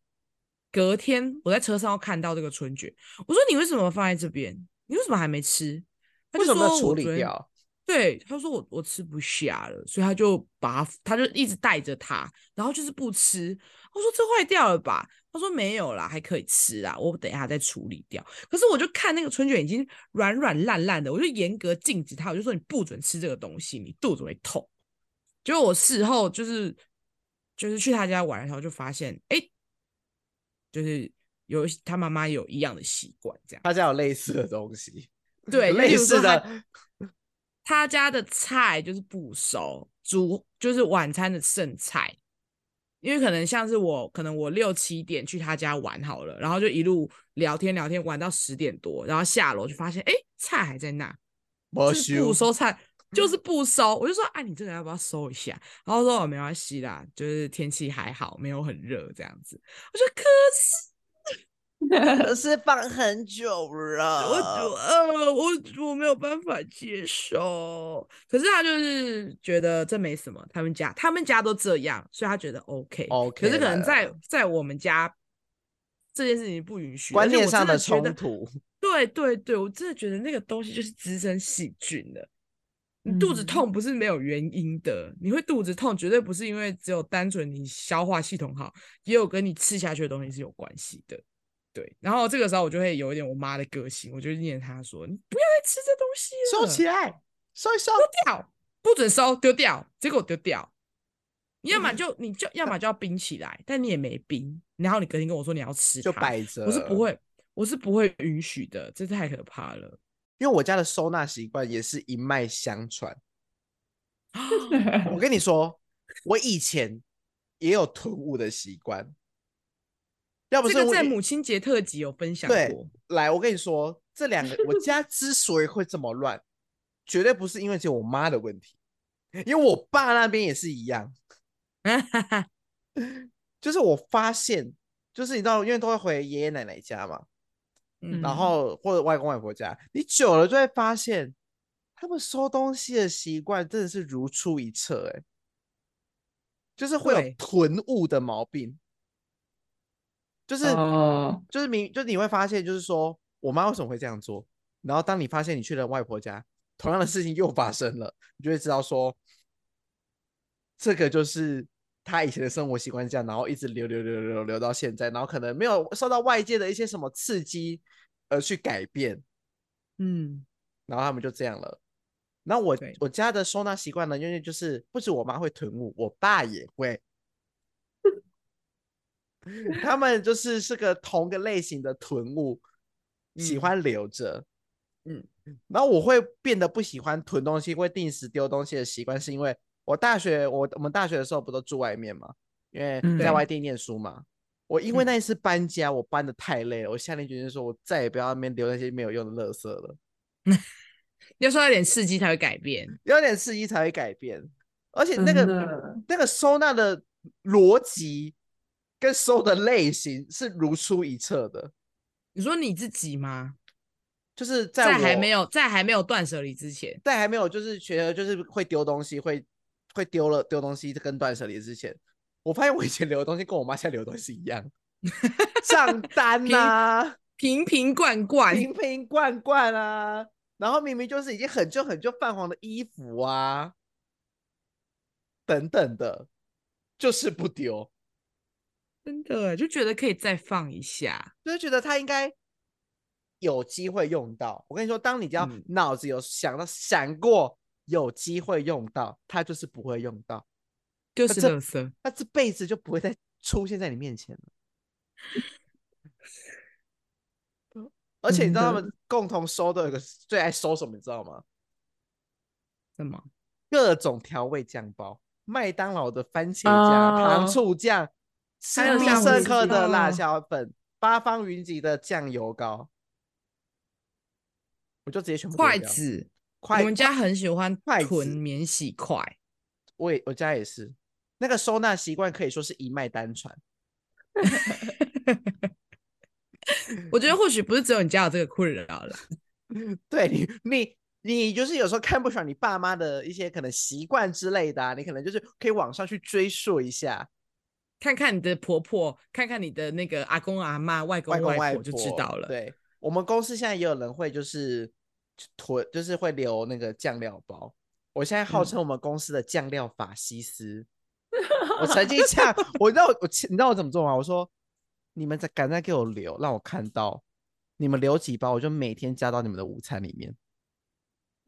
[SPEAKER 3] 隔天我在车上又看到这个春卷，我说你为什么放在这边？你为什么还没吃？他
[SPEAKER 1] 为
[SPEAKER 3] 就
[SPEAKER 1] 什
[SPEAKER 3] 说
[SPEAKER 1] 么要处
[SPEAKER 3] 我
[SPEAKER 1] 理
[SPEAKER 3] 昨天
[SPEAKER 1] 掉？
[SPEAKER 3] 对，他说我我吃不下了，所以他就把它，他就一直带着它，然后就是不吃。我说这坏掉了吧？他说没有啦，还可以吃啦，我等一下再处理掉。可是我就看那个春卷已经软软烂烂的，我就严格禁止他，我就说你不准吃这个东西，你肚子会痛。结果我事后就是就是去他家玩的时候，就发现哎、诶就是有一他妈妈有一样的习惯，这样
[SPEAKER 1] 他家有类似的东西，
[SPEAKER 3] 对，就例
[SPEAKER 1] 类
[SPEAKER 3] 如说
[SPEAKER 1] 似
[SPEAKER 3] 他
[SPEAKER 1] 的
[SPEAKER 3] 他家的菜就是不熟，煮就是晚餐的剩菜。因为可能像是我，可能我六七点去他家玩好了，然后就一路聊天聊天玩到十点多，然后下楼就发现，哎，菜还在那，
[SPEAKER 1] 魔
[SPEAKER 3] 就是不
[SPEAKER 1] 修。
[SPEAKER 3] 收菜， 就是不收。我就说，啊，你这个要不要收一下？然后说，哦，没关系啦，就是天气还好，没有很热这样子。我说，可是
[SPEAKER 1] 可是放很久了，
[SPEAKER 3] 我就呃，我我没有办法接受。可是他就是觉得这没什么，他们家他们家都这样，所以他觉得 OK。可
[SPEAKER 1] OK
[SPEAKER 3] 是可
[SPEAKER 1] 啦
[SPEAKER 3] 能在
[SPEAKER 1] 啦
[SPEAKER 3] 在我们家这件事情不允许，而
[SPEAKER 1] 观
[SPEAKER 3] 且
[SPEAKER 1] 念
[SPEAKER 3] 我
[SPEAKER 1] 上
[SPEAKER 3] 真
[SPEAKER 1] 的
[SPEAKER 3] 的觉得
[SPEAKER 1] 冲突。
[SPEAKER 3] 对对对，我真的觉得那个东西就是滋生细菌的。你肚子
[SPEAKER 2] 嗯
[SPEAKER 3] 痛不是没有原因的，你会肚子痛绝对不是因为只有单纯你消化系统好，也有跟你吃下去的东西是有关系的。对，然后这个时候我就会有一点我妈的个性，我就念她说：“你不要再吃这东西
[SPEAKER 1] 收
[SPEAKER 3] 了，
[SPEAKER 1] 起来，收一收。
[SPEAKER 3] 丢掉，不准收，丢掉。”结果丢掉，
[SPEAKER 1] 嗯
[SPEAKER 3] 你要么就你就 要么就要冰起来，但你也没冰，然后你隔天跟我说你要吃
[SPEAKER 1] 就
[SPEAKER 3] 它
[SPEAKER 1] 摆着。
[SPEAKER 3] 我是不，会，我是不会允许的，这太可怕了。
[SPEAKER 1] 因为我家的收纳习惯也是一脉相传。我跟你说，我以前也有囤物的习惯，要不
[SPEAKER 3] 这
[SPEAKER 1] 是
[SPEAKER 3] 个
[SPEAKER 1] 我
[SPEAKER 3] 在
[SPEAKER 1] 也
[SPEAKER 3] 母亲节特辑有分享
[SPEAKER 1] 对
[SPEAKER 3] 过，
[SPEAKER 1] 来，我跟你说，这两个我家之所以会这么乱，绝对不是因为只有我妈的问题，因为我爸那边也是一样。就是我发现，就是你知道，因为都会回爷爷奶奶家嘛，
[SPEAKER 3] 嗯
[SPEAKER 1] 然后或者外公外婆家，你久了就会发现，他们收东西的习惯真的是如出一辙，哎，就是会有
[SPEAKER 3] 对
[SPEAKER 1] 囤物的毛病，就是、
[SPEAKER 2] 哦，
[SPEAKER 1] 就是明就是你会发现，就是说我妈为什么会这样做，然后当你发现你去了外婆家，同样的事情又发生了，你就会知道说，这个就是她以前的生活习惯是这样，然后一直流流流流流到现在，然后可能没有受到外界的一些什么刺激而去改变，
[SPEAKER 3] 嗯，
[SPEAKER 1] 然后他们就这样了。然后我
[SPEAKER 3] 对
[SPEAKER 1] 我家的收纳习惯呢，因为就是不止我妈会囤物，我爸也会。 他们就是是个同个类型的囤物，喜
[SPEAKER 3] 嗯
[SPEAKER 1] 欢留着。
[SPEAKER 3] 嗯，
[SPEAKER 1] 然后我会变得不喜欢囤东西，会定时丢东西的习惯，是因为我大学我我们大学的时候不都住外面嘛，因为
[SPEAKER 2] 嗯
[SPEAKER 1] 在外地念书嘛。我因为
[SPEAKER 3] 嗯
[SPEAKER 1] 那一次搬家，我搬的太累了，我下定决心说，我再也不要在那边留那些没有用的垃圾了。
[SPEAKER 3] 要受到一点刺激才会改变。
[SPEAKER 1] 有点刺激才会改变，而且那
[SPEAKER 2] 真
[SPEAKER 1] 个
[SPEAKER 2] 的
[SPEAKER 1] 那个收纳的逻辑跟收的类型是如出一辙的，
[SPEAKER 3] 你说你自己吗？
[SPEAKER 1] 就是在
[SPEAKER 3] 在
[SPEAKER 1] 我
[SPEAKER 3] 还没有在还没有断舍离之前，
[SPEAKER 1] 在还没有就是觉得就是会丢东西，会会丢了丢东西跟断舍离之前，我发现我以前留的东西跟我妈现在留的东西一 样，账单
[SPEAKER 3] 平
[SPEAKER 1] 呐、
[SPEAKER 3] 瓶瓶罐罐，
[SPEAKER 1] 瓶瓶罐罐啊，然后明明就是已经很旧很旧泛黄的衣服啊，等等的，就是不丢，
[SPEAKER 3] 真的就觉得可以再放一下。
[SPEAKER 1] 就是觉得它应该有机会用到。我跟你说，当你只要
[SPEAKER 3] 嗯
[SPEAKER 1] 脑子有想到闪过有机会用到，它就是不会用到，
[SPEAKER 3] 就
[SPEAKER 1] 那
[SPEAKER 3] 是
[SPEAKER 1] 这
[SPEAKER 3] 垃圾，
[SPEAKER 1] 它这辈子就不会再出现在你面前了。而且你知道他
[SPEAKER 2] 真的
[SPEAKER 1] 们共同收都有一个最爱收什么，你知道吗？
[SPEAKER 3] 什么？
[SPEAKER 1] 各种调味酱包，麦当劳的番茄酱、糖
[SPEAKER 2] 哦
[SPEAKER 1] 醋酱，斯
[SPEAKER 2] 还有
[SPEAKER 1] 必
[SPEAKER 2] 像
[SPEAKER 1] 胜
[SPEAKER 2] 我
[SPEAKER 1] 客
[SPEAKER 2] 知
[SPEAKER 1] 的辣
[SPEAKER 3] 道
[SPEAKER 1] 椒粉，八方云集的酱油膏，我就直接全部丢
[SPEAKER 3] 筷
[SPEAKER 1] 掉，
[SPEAKER 3] 子，
[SPEAKER 1] 筷
[SPEAKER 3] 我们家很喜欢
[SPEAKER 1] 筷
[SPEAKER 3] 囤
[SPEAKER 1] 子
[SPEAKER 3] 免洗筷，
[SPEAKER 1] 我也我家也是，那个收纳习惯可以说是一脉单传。嗯
[SPEAKER 3] 我觉得或许不是只有你家有这个困扰了，
[SPEAKER 1] 对你，你你就是有时候看不爽你爸妈的一些可能习惯之类的、啊，你可能就是可以网上去追溯一下。
[SPEAKER 3] 看看你的婆婆，看看你的那个阿公阿妈、外公
[SPEAKER 1] 外公
[SPEAKER 3] 外
[SPEAKER 1] 外
[SPEAKER 3] 婆就知道了。，
[SPEAKER 1] 对我们公司现在也有人会就是囤，就是会留那个酱料包。我现在号
[SPEAKER 3] 嗯
[SPEAKER 1] 称我们公司的酱料法西 斯。我曾经这样，我知道我我你知道我怎么做吗？我说你们再敢再给我留，让我看到你们留几包，我就每天加到你们的午餐里面，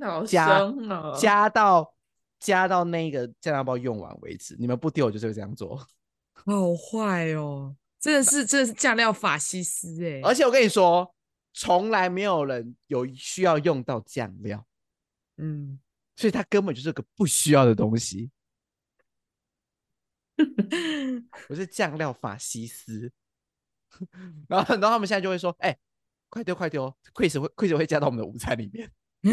[SPEAKER 2] 好
[SPEAKER 1] 加
[SPEAKER 2] 凶
[SPEAKER 3] 嗯
[SPEAKER 2] 哦！
[SPEAKER 1] 加到加到那个酱料包用完为止。你们不丢，我就是会这样做。
[SPEAKER 3] 好坏哦，真的是真的是酱料法西斯哎、
[SPEAKER 1] 而且我跟你说，哦从来没有人有需要用到酱料，
[SPEAKER 3] 嗯，
[SPEAKER 1] 所以它根本就是个不需要的东 西。我是酱料法西斯， 然后然后他们现在就会说：“哎、快丢快丢，quiz 会 quiz 会加到我们的午餐里面。”因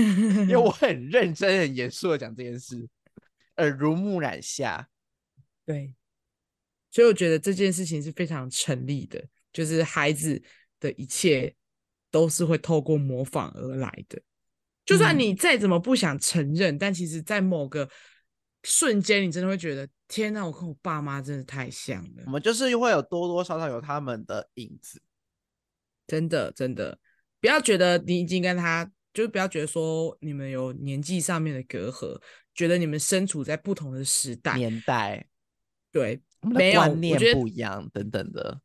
[SPEAKER 1] 为
[SPEAKER 3] 嗯
[SPEAKER 1] 我很认真、很严肃的讲这件事，耳濡目染下，
[SPEAKER 3] 对，所以我觉得这件事情是非常成立的，就是孩子的一切都是会透过模仿而来的。就算
[SPEAKER 2] 嗯
[SPEAKER 3] 你再怎么不想承认，但其实，在某个瞬间，你真的会觉得，天哪，我跟我爸妈真的太像了
[SPEAKER 1] 我，们就是会有多多少少有他们的影子。
[SPEAKER 3] 真的，真的，不要觉得你已经跟他，就是不要觉得说你们有年纪上面的隔阂，觉得你们身处在不同的时代，
[SPEAKER 1] 年代，
[SPEAKER 3] 对，
[SPEAKER 1] 我们
[SPEAKER 3] 没
[SPEAKER 1] 的
[SPEAKER 3] 有
[SPEAKER 1] 观
[SPEAKER 3] 我
[SPEAKER 1] 念
[SPEAKER 3] 觉得
[SPEAKER 1] 不一样，等等的。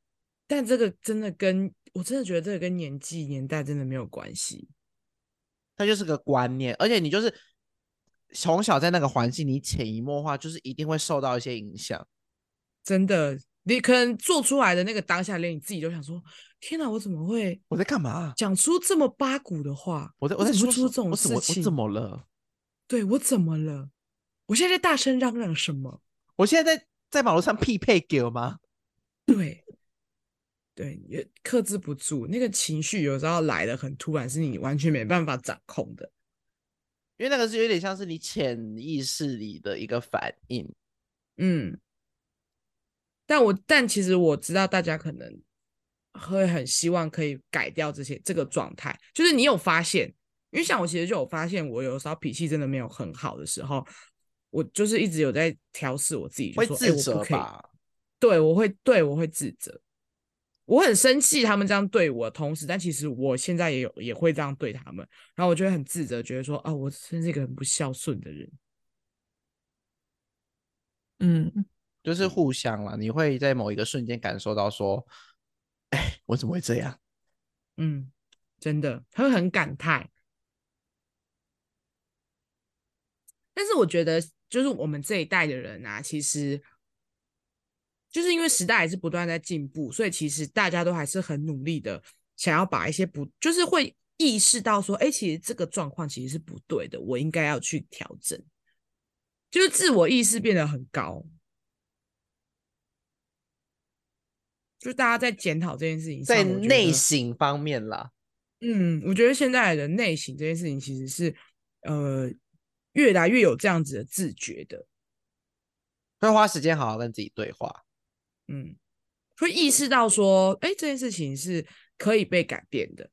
[SPEAKER 3] 但这个真的跟我真的觉得这个跟年纪年代真的没有关系。
[SPEAKER 1] 它就是个观念，而且你就是从小在那个环境，你潜移默化就是一定会受到一些影响。
[SPEAKER 3] 真的，你可能做出来的那个当下，连你自己都想说：“天哪，我怎么会
[SPEAKER 1] 我在干嘛？
[SPEAKER 3] 讲出这么八股的话？
[SPEAKER 1] 我在
[SPEAKER 3] 我
[SPEAKER 1] 在
[SPEAKER 3] 怎
[SPEAKER 1] 说
[SPEAKER 3] 么会出
[SPEAKER 1] 什
[SPEAKER 3] 这种
[SPEAKER 1] 我怎么
[SPEAKER 3] 事
[SPEAKER 1] 我
[SPEAKER 3] 情？
[SPEAKER 1] 怎么了？
[SPEAKER 3] 对我怎么了？我现在在大声嚷嚷什么？
[SPEAKER 1] 我现在在在马路上匹配给吗？
[SPEAKER 3] 对，对，也克制不住那个情绪，有时候来的很突然，是你完全没办法掌控的。
[SPEAKER 1] 因为那个是有点像是你潜意识里的一个反应。
[SPEAKER 3] 嗯，但我但其实我知道大家可能会很希望可以改掉这些这个状态，就是你有发现，因为像我其实就有发现，我有时候脾气真的没有很好的时候，我就是一直有在调试我自己，就
[SPEAKER 1] 会
[SPEAKER 3] 说哎、
[SPEAKER 1] 自
[SPEAKER 3] 我不
[SPEAKER 1] 责
[SPEAKER 3] 可以，
[SPEAKER 1] 吧？
[SPEAKER 3] 对我会对我会自责，我很生气他们这样对我，同时但其实我现在也有也会这样对他们，然后我就会很自责，觉得说啊，我真是一个很不孝顺的人。
[SPEAKER 2] 嗯，
[SPEAKER 1] 就是互相啦，你会在某一个瞬间感受到说，哎，我怎么会这样？
[SPEAKER 3] 嗯，真的，他会很感慨。但是我觉得，就是我们这一代的人啊，其实就是因为时代还是不断在进步，所以其实大家都还是很努力的，想要把一些不，就是会意识到说，哎、其实这个状况其实是不对的，我应该要去调整，就是自我意识变得很高。就是大家在检讨这件事情上，
[SPEAKER 1] 在
[SPEAKER 3] 我觉
[SPEAKER 1] 内
[SPEAKER 3] 得
[SPEAKER 1] 省方面啦，
[SPEAKER 3] 嗯，我觉得现在的内省这件事情其实是，呃，越来越有这样子的自觉的，
[SPEAKER 1] 会花时间好好跟自己对话。
[SPEAKER 3] 嗯，会意识到说，哎，这件事情是可以被改变的，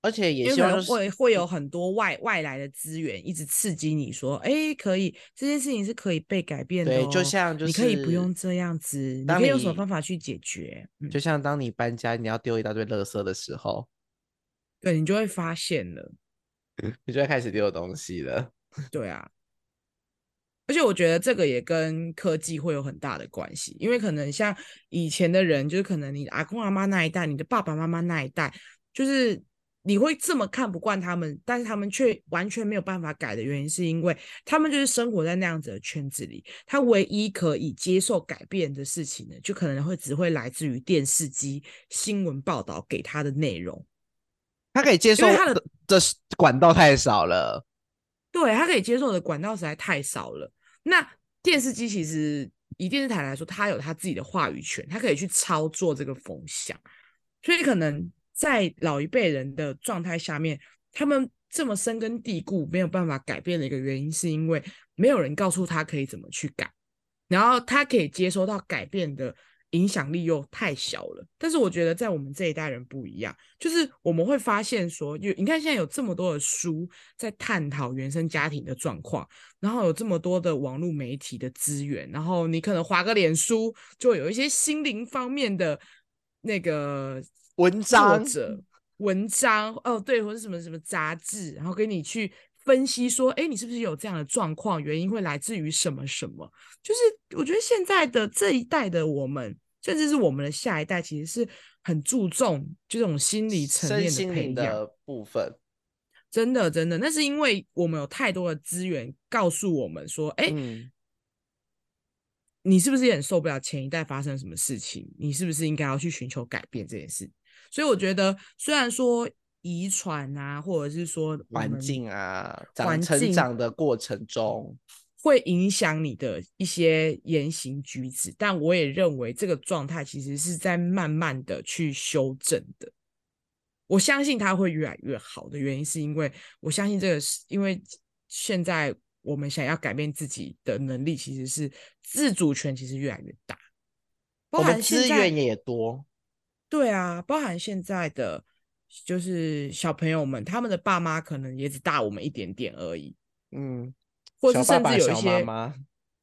[SPEAKER 1] 而且
[SPEAKER 3] 因
[SPEAKER 1] 也
[SPEAKER 3] 为
[SPEAKER 1] 希
[SPEAKER 3] 可
[SPEAKER 1] 望
[SPEAKER 3] 能
[SPEAKER 1] 就是嗯
[SPEAKER 3] 会会有很多外外来的资源一直刺激你说，哎，可以，这件事情是可以被改变的哦、
[SPEAKER 1] 对，就像就是
[SPEAKER 3] 你可以不用这样子，你
[SPEAKER 1] 当
[SPEAKER 3] 可以用什么方法去解决？嗯，
[SPEAKER 1] 就像当你搬家，你要丢一大堆垃圾的时候，
[SPEAKER 3] 对你就会发现了。
[SPEAKER 1] 你就会开始丢东西了。
[SPEAKER 3] 对啊，而且我觉得这个也跟科技会有很大的关系，因为可能像以前的人，就是可能你的阿公阿妈那一代，你的爸爸妈妈那一代，就是你会这么看不惯他们，但是他们却完全没有办法改的原因，是因为他们就是生活在那样子的圈子里，他唯一可以接受改变的事情呢，就可能会只会来自于电视机新闻报道给他的内容。
[SPEAKER 1] 他可以接受
[SPEAKER 3] 因为他的
[SPEAKER 1] 的的管道太少了，
[SPEAKER 3] 对他可以接受的管道实在太少了。那电视机其实以电视台来说，它有它自己的话语权，它可以去操作这个风向，所以可能在老一辈人的状态下面，他们这么深根蒂固没有办法改变的一个原因，是因为没有人告诉他可以怎么去改，然后他可以接收到改变的影响力又太小了。但是我觉得在我们这一代人不一样，就是我们会发现说，有你看现在有这么多的书在探讨原生家庭的状况。然后有这么多的网络媒体的资源，然后你可能划个脸书，就有一些心灵方面的那个
[SPEAKER 1] 文
[SPEAKER 3] 作
[SPEAKER 1] 章
[SPEAKER 3] 者文章哦，对，或者什么什么杂志，然后跟你去分析说，哎，你是不是有这样的状况？原因会来自于什么什么？就是我觉得现在的这一代的我们，甚至是我们的下一代，其实是很注重这种心理层
[SPEAKER 1] 身
[SPEAKER 3] 面的
[SPEAKER 1] 心
[SPEAKER 3] 培
[SPEAKER 1] 灵
[SPEAKER 3] 养。
[SPEAKER 1] 的部分，
[SPEAKER 3] 真的，真的，那是因为我们有太多的资源告诉我们说，哎、
[SPEAKER 1] 嗯，
[SPEAKER 3] 你是不是也很受不了前一代发生什么事情？你是不是应该要去寻求改变这件事？所以我觉得，虽然说遗传啊，或者是说我
[SPEAKER 1] 环
[SPEAKER 3] 们
[SPEAKER 1] 境啊，
[SPEAKER 3] 环
[SPEAKER 1] 长成
[SPEAKER 3] 境
[SPEAKER 1] 长的过程中，
[SPEAKER 3] 会影响你的一些言行举止，但我也认为这个状态其实是在慢慢的去修正的。我相信它会越来越好的原因，是因为我相信这个是因为现在我们想要改变自己的能力，其实是自主权其实越来越大，包
[SPEAKER 1] 我们
[SPEAKER 3] 含现
[SPEAKER 1] 资
[SPEAKER 3] 在
[SPEAKER 1] 源也多，
[SPEAKER 3] 对啊，包含现在的就是小朋友们，他们的爸妈可能也只大我们一点点而已，
[SPEAKER 1] 嗯，
[SPEAKER 3] 或
[SPEAKER 1] 小
[SPEAKER 3] 是
[SPEAKER 1] 爸
[SPEAKER 3] 甚
[SPEAKER 1] 爸
[SPEAKER 3] 至有一
[SPEAKER 1] 小
[SPEAKER 3] 些
[SPEAKER 1] 妈妈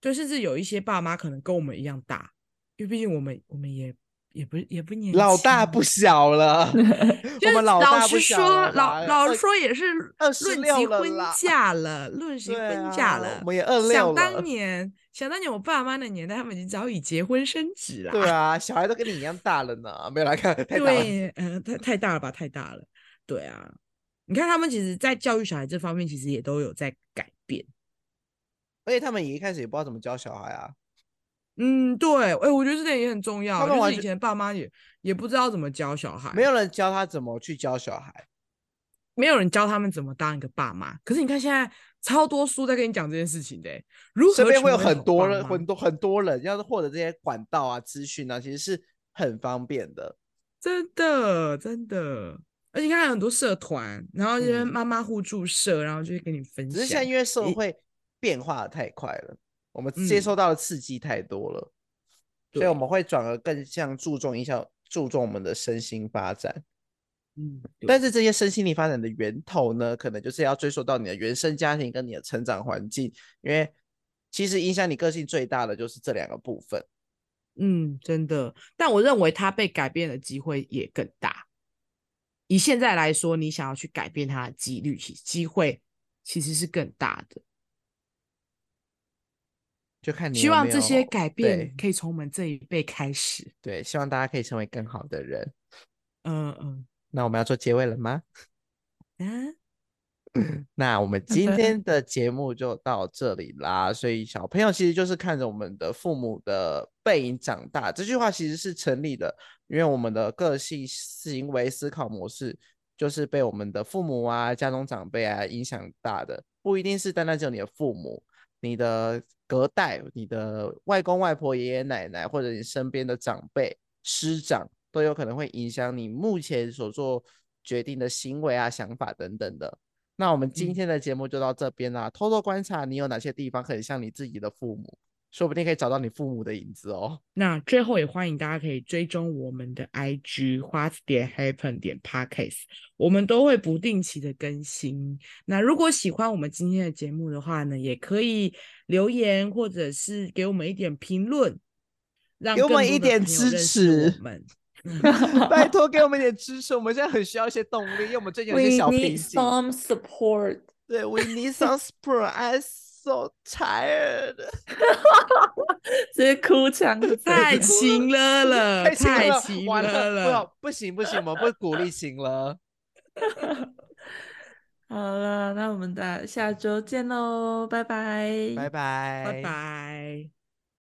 [SPEAKER 3] 对，甚至有一些爸妈可能跟我们一样大，因为毕竟我们我们也也不也不年
[SPEAKER 1] 老大
[SPEAKER 3] 轻啊
[SPEAKER 1] 不小了，
[SPEAKER 3] 就
[SPEAKER 1] 我
[SPEAKER 3] 是
[SPEAKER 1] 们老
[SPEAKER 3] 老
[SPEAKER 1] 大
[SPEAKER 3] 实
[SPEAKER 1] 不小
[SPEAKER 3] 说，
[SPEAKER 1] 了啦
[SPEAKER 3] 老老
[SPEAKER 1] 二
[SPEAKER 3] 实说也是
[SPEAKER 1] 二十
[SPEAKER 3] 论及
[SPEAKER 1] 六了
[SPEAKER 3] 婚
[SPEAKER 1] 啦
[SPEAKER 3] 嫁 了，论及
[SPEAKER 1] 对
[SPEAKER 3] 婚嫁
[SPEAKER 1] 啊
[SPEAKER 3] 了。
[SPEAKER 1] 我们也二六
[SPEAKER 3] 想
[SPEAKER 1] 了，
[SPEAKER 3] 当年，想当年我爸妈那年代，他们已经早已结婚生子啦。
[SPEAKER 1] 对啊，小孩都跟你一样大了呢，没有来 看，太大了，
[SPEAKER 3] 对，呃，太太大了吧，太大了。对啊，你看他们其实，在教育小孩这方面，其实也都有在改变。
[SPEAKER 1] 而且他们也一开始也不知道怎么教小孩啊，
[SPEAKER 3] 嗯，对，哎、我觉得这点也很重要。
[SPEAKER 1] 们
[SPEAKER 3] 就
[SPEAKER 1] 完
[SPEAKER 3] 是以
[SPEAKER 1] 全
[SPEAKER 3] 前的爸妈也也不知道怎么教小孩，
[SPEAKER 1] 没有人教他怎么去教小孩，
[SPEAKER 3] 没有人教他们怎么当一个爸妈。可是你看现在超多书在跟你讲这件事情的欸、如何
[SPEAKER 1] 身边会有
[SPEAKER 3] 成为
[SPEAKER 1] 很
[SPEAKER 3] 好
[SPEAKER 1] 多
[SPEAKER 3] 爸
[SPEAKER 1] 人，
[SPEAKER 3] 妈
[SPEAKER 1] 很多很多人，要是获得这些管道啊、资讯啊，其实是很方便的。
[SPEAKER 3] 真的真的，而且看很多社团，然后就是
[SPEAKER 1] 嗯
[SPEAKER 3] 妈妈互助社，然后就会跟你分
[SPEAKER 1] 只是现在
[SPEAKER 3] 享。
[SPEAKER 1] 因为社
[SPEAKER 3] 诶
[SPEAKER 1] 会变化得太快了，我们接
[SPEAKER 3] 嗯
[SPEAKER 1] 收到的刺激太多了，所以
[SPEAKER 3] 对
[SPEAKER 1] 我们会转而更像注重影响，注重我们的身心发展。
[SPEAKER 3] 嗯，对
[SPEAKER 1] 但是这些身心灵发展的源头呢，可能就是要追溯到你的原生家庭跟你的成长环境，因为其实影响你个性最大的就是这两个部分。
[SPEAKER 3] 嗯，真的。但我认为他被改变的机会也更大。以现在来说，你想要去改变他的几率，其机会其实是更大的。
[SPEAKER 1] 就看你
[SPEAKER 3] 希
[SPEAKER 1] 有
[SPEAKER 3] 望
[SPEAKER 1] 没
[SPEAKER 3] 这些
[SPEAKER 1] 有
[SPEAKER 3] 改变
[SPEAKER 1] 对
[SPEAKER 3] 可以从我们这一辈开始。
[SPEAKER 1] 对，希望大家可以成为更好的人。
[SPEAKER 3] 嗯嗯
[SPEAKER 1] 那我们要做结尾了吗？
[SPEAKER 3] 嗯。
[SPEAKER 1] 那我们
[SPEAKER 2] 好
[SPEAKER 1] 今
[SPEAKER 2] 的
[SPEAKER 1] 天的节目就到这里啦。所以小朋友其实就是看着我们的父母的背影长大，这句话其实是成立的，因为我们的个性、行为、思考模式就是被我们的父母啊、家中长辈啊影响大的，不一定是单单只有你的父母。你的隔代、你的外公外婆、爷爷奶奶，或者你身边的长辈、师长，都有可能会影响你目前所做决定的行为啊、想法等等的。那我们今
[SPEAKER 3] 嗯
[SPEAKER 1] 天的节目就到这边啦，偷偷观察你有哪些地方很像你自己的父母，说不定可以找到你父母的影子哦。
[SPEAKER 3] 那最后也欢迎大家可以追踪我们的 IG 花点 happen 点 podcast，我们都会不定期的更新。那如果喜欢我们今天的节目的话呢，也可以留言或者是给我们一点评论，让
[SPEAKER 1] 给我
[SPEAKER 3] 更
[SPEAKER 1] 们
[SPEAKER 3] 多
[SPEAKER 1] 一
[SPEAKER 3] 的
[SPEAKER 1] 点
[SPEAKER 3] 朋友
[SPEAKER 1] 支
[SPEAKER 3] 认识
[SPEAKER 1] 持
[SPEAKER 3] 我 们。
[SPEAKER 1] 拜托给我们一点支持，我们现在很需要一些动力，因为我们最近有一些
[SPEAKER 2] We
[SPEAKER 1] 小瓶
[SPEAKER 2] need
[SPEAKER 1] 颈。
[SPEAKER 2] some support。
[SPEAKER 1] 对，We need some support. I'm so tired.
[SPEAKER 2] 直接哭腔，
[SPEAKER 3] 太勤了了，
[SPEAKER 1] 太勤
[SPEAKER 3] 太
[SPEAKER 1] 了，
[SPEAKER 3] 勤
[SPEAKER 1] 完
[SPEAKER 3] 了了
[SPEAKER 1] 不，不行不行，我们不鼓励行了。
[SPEAKER 2] 好嗯了，那我们的下周见喽，拜拜，
[SPEAKER 1] 拜拜，
[SPEAKER 3] 拜拜。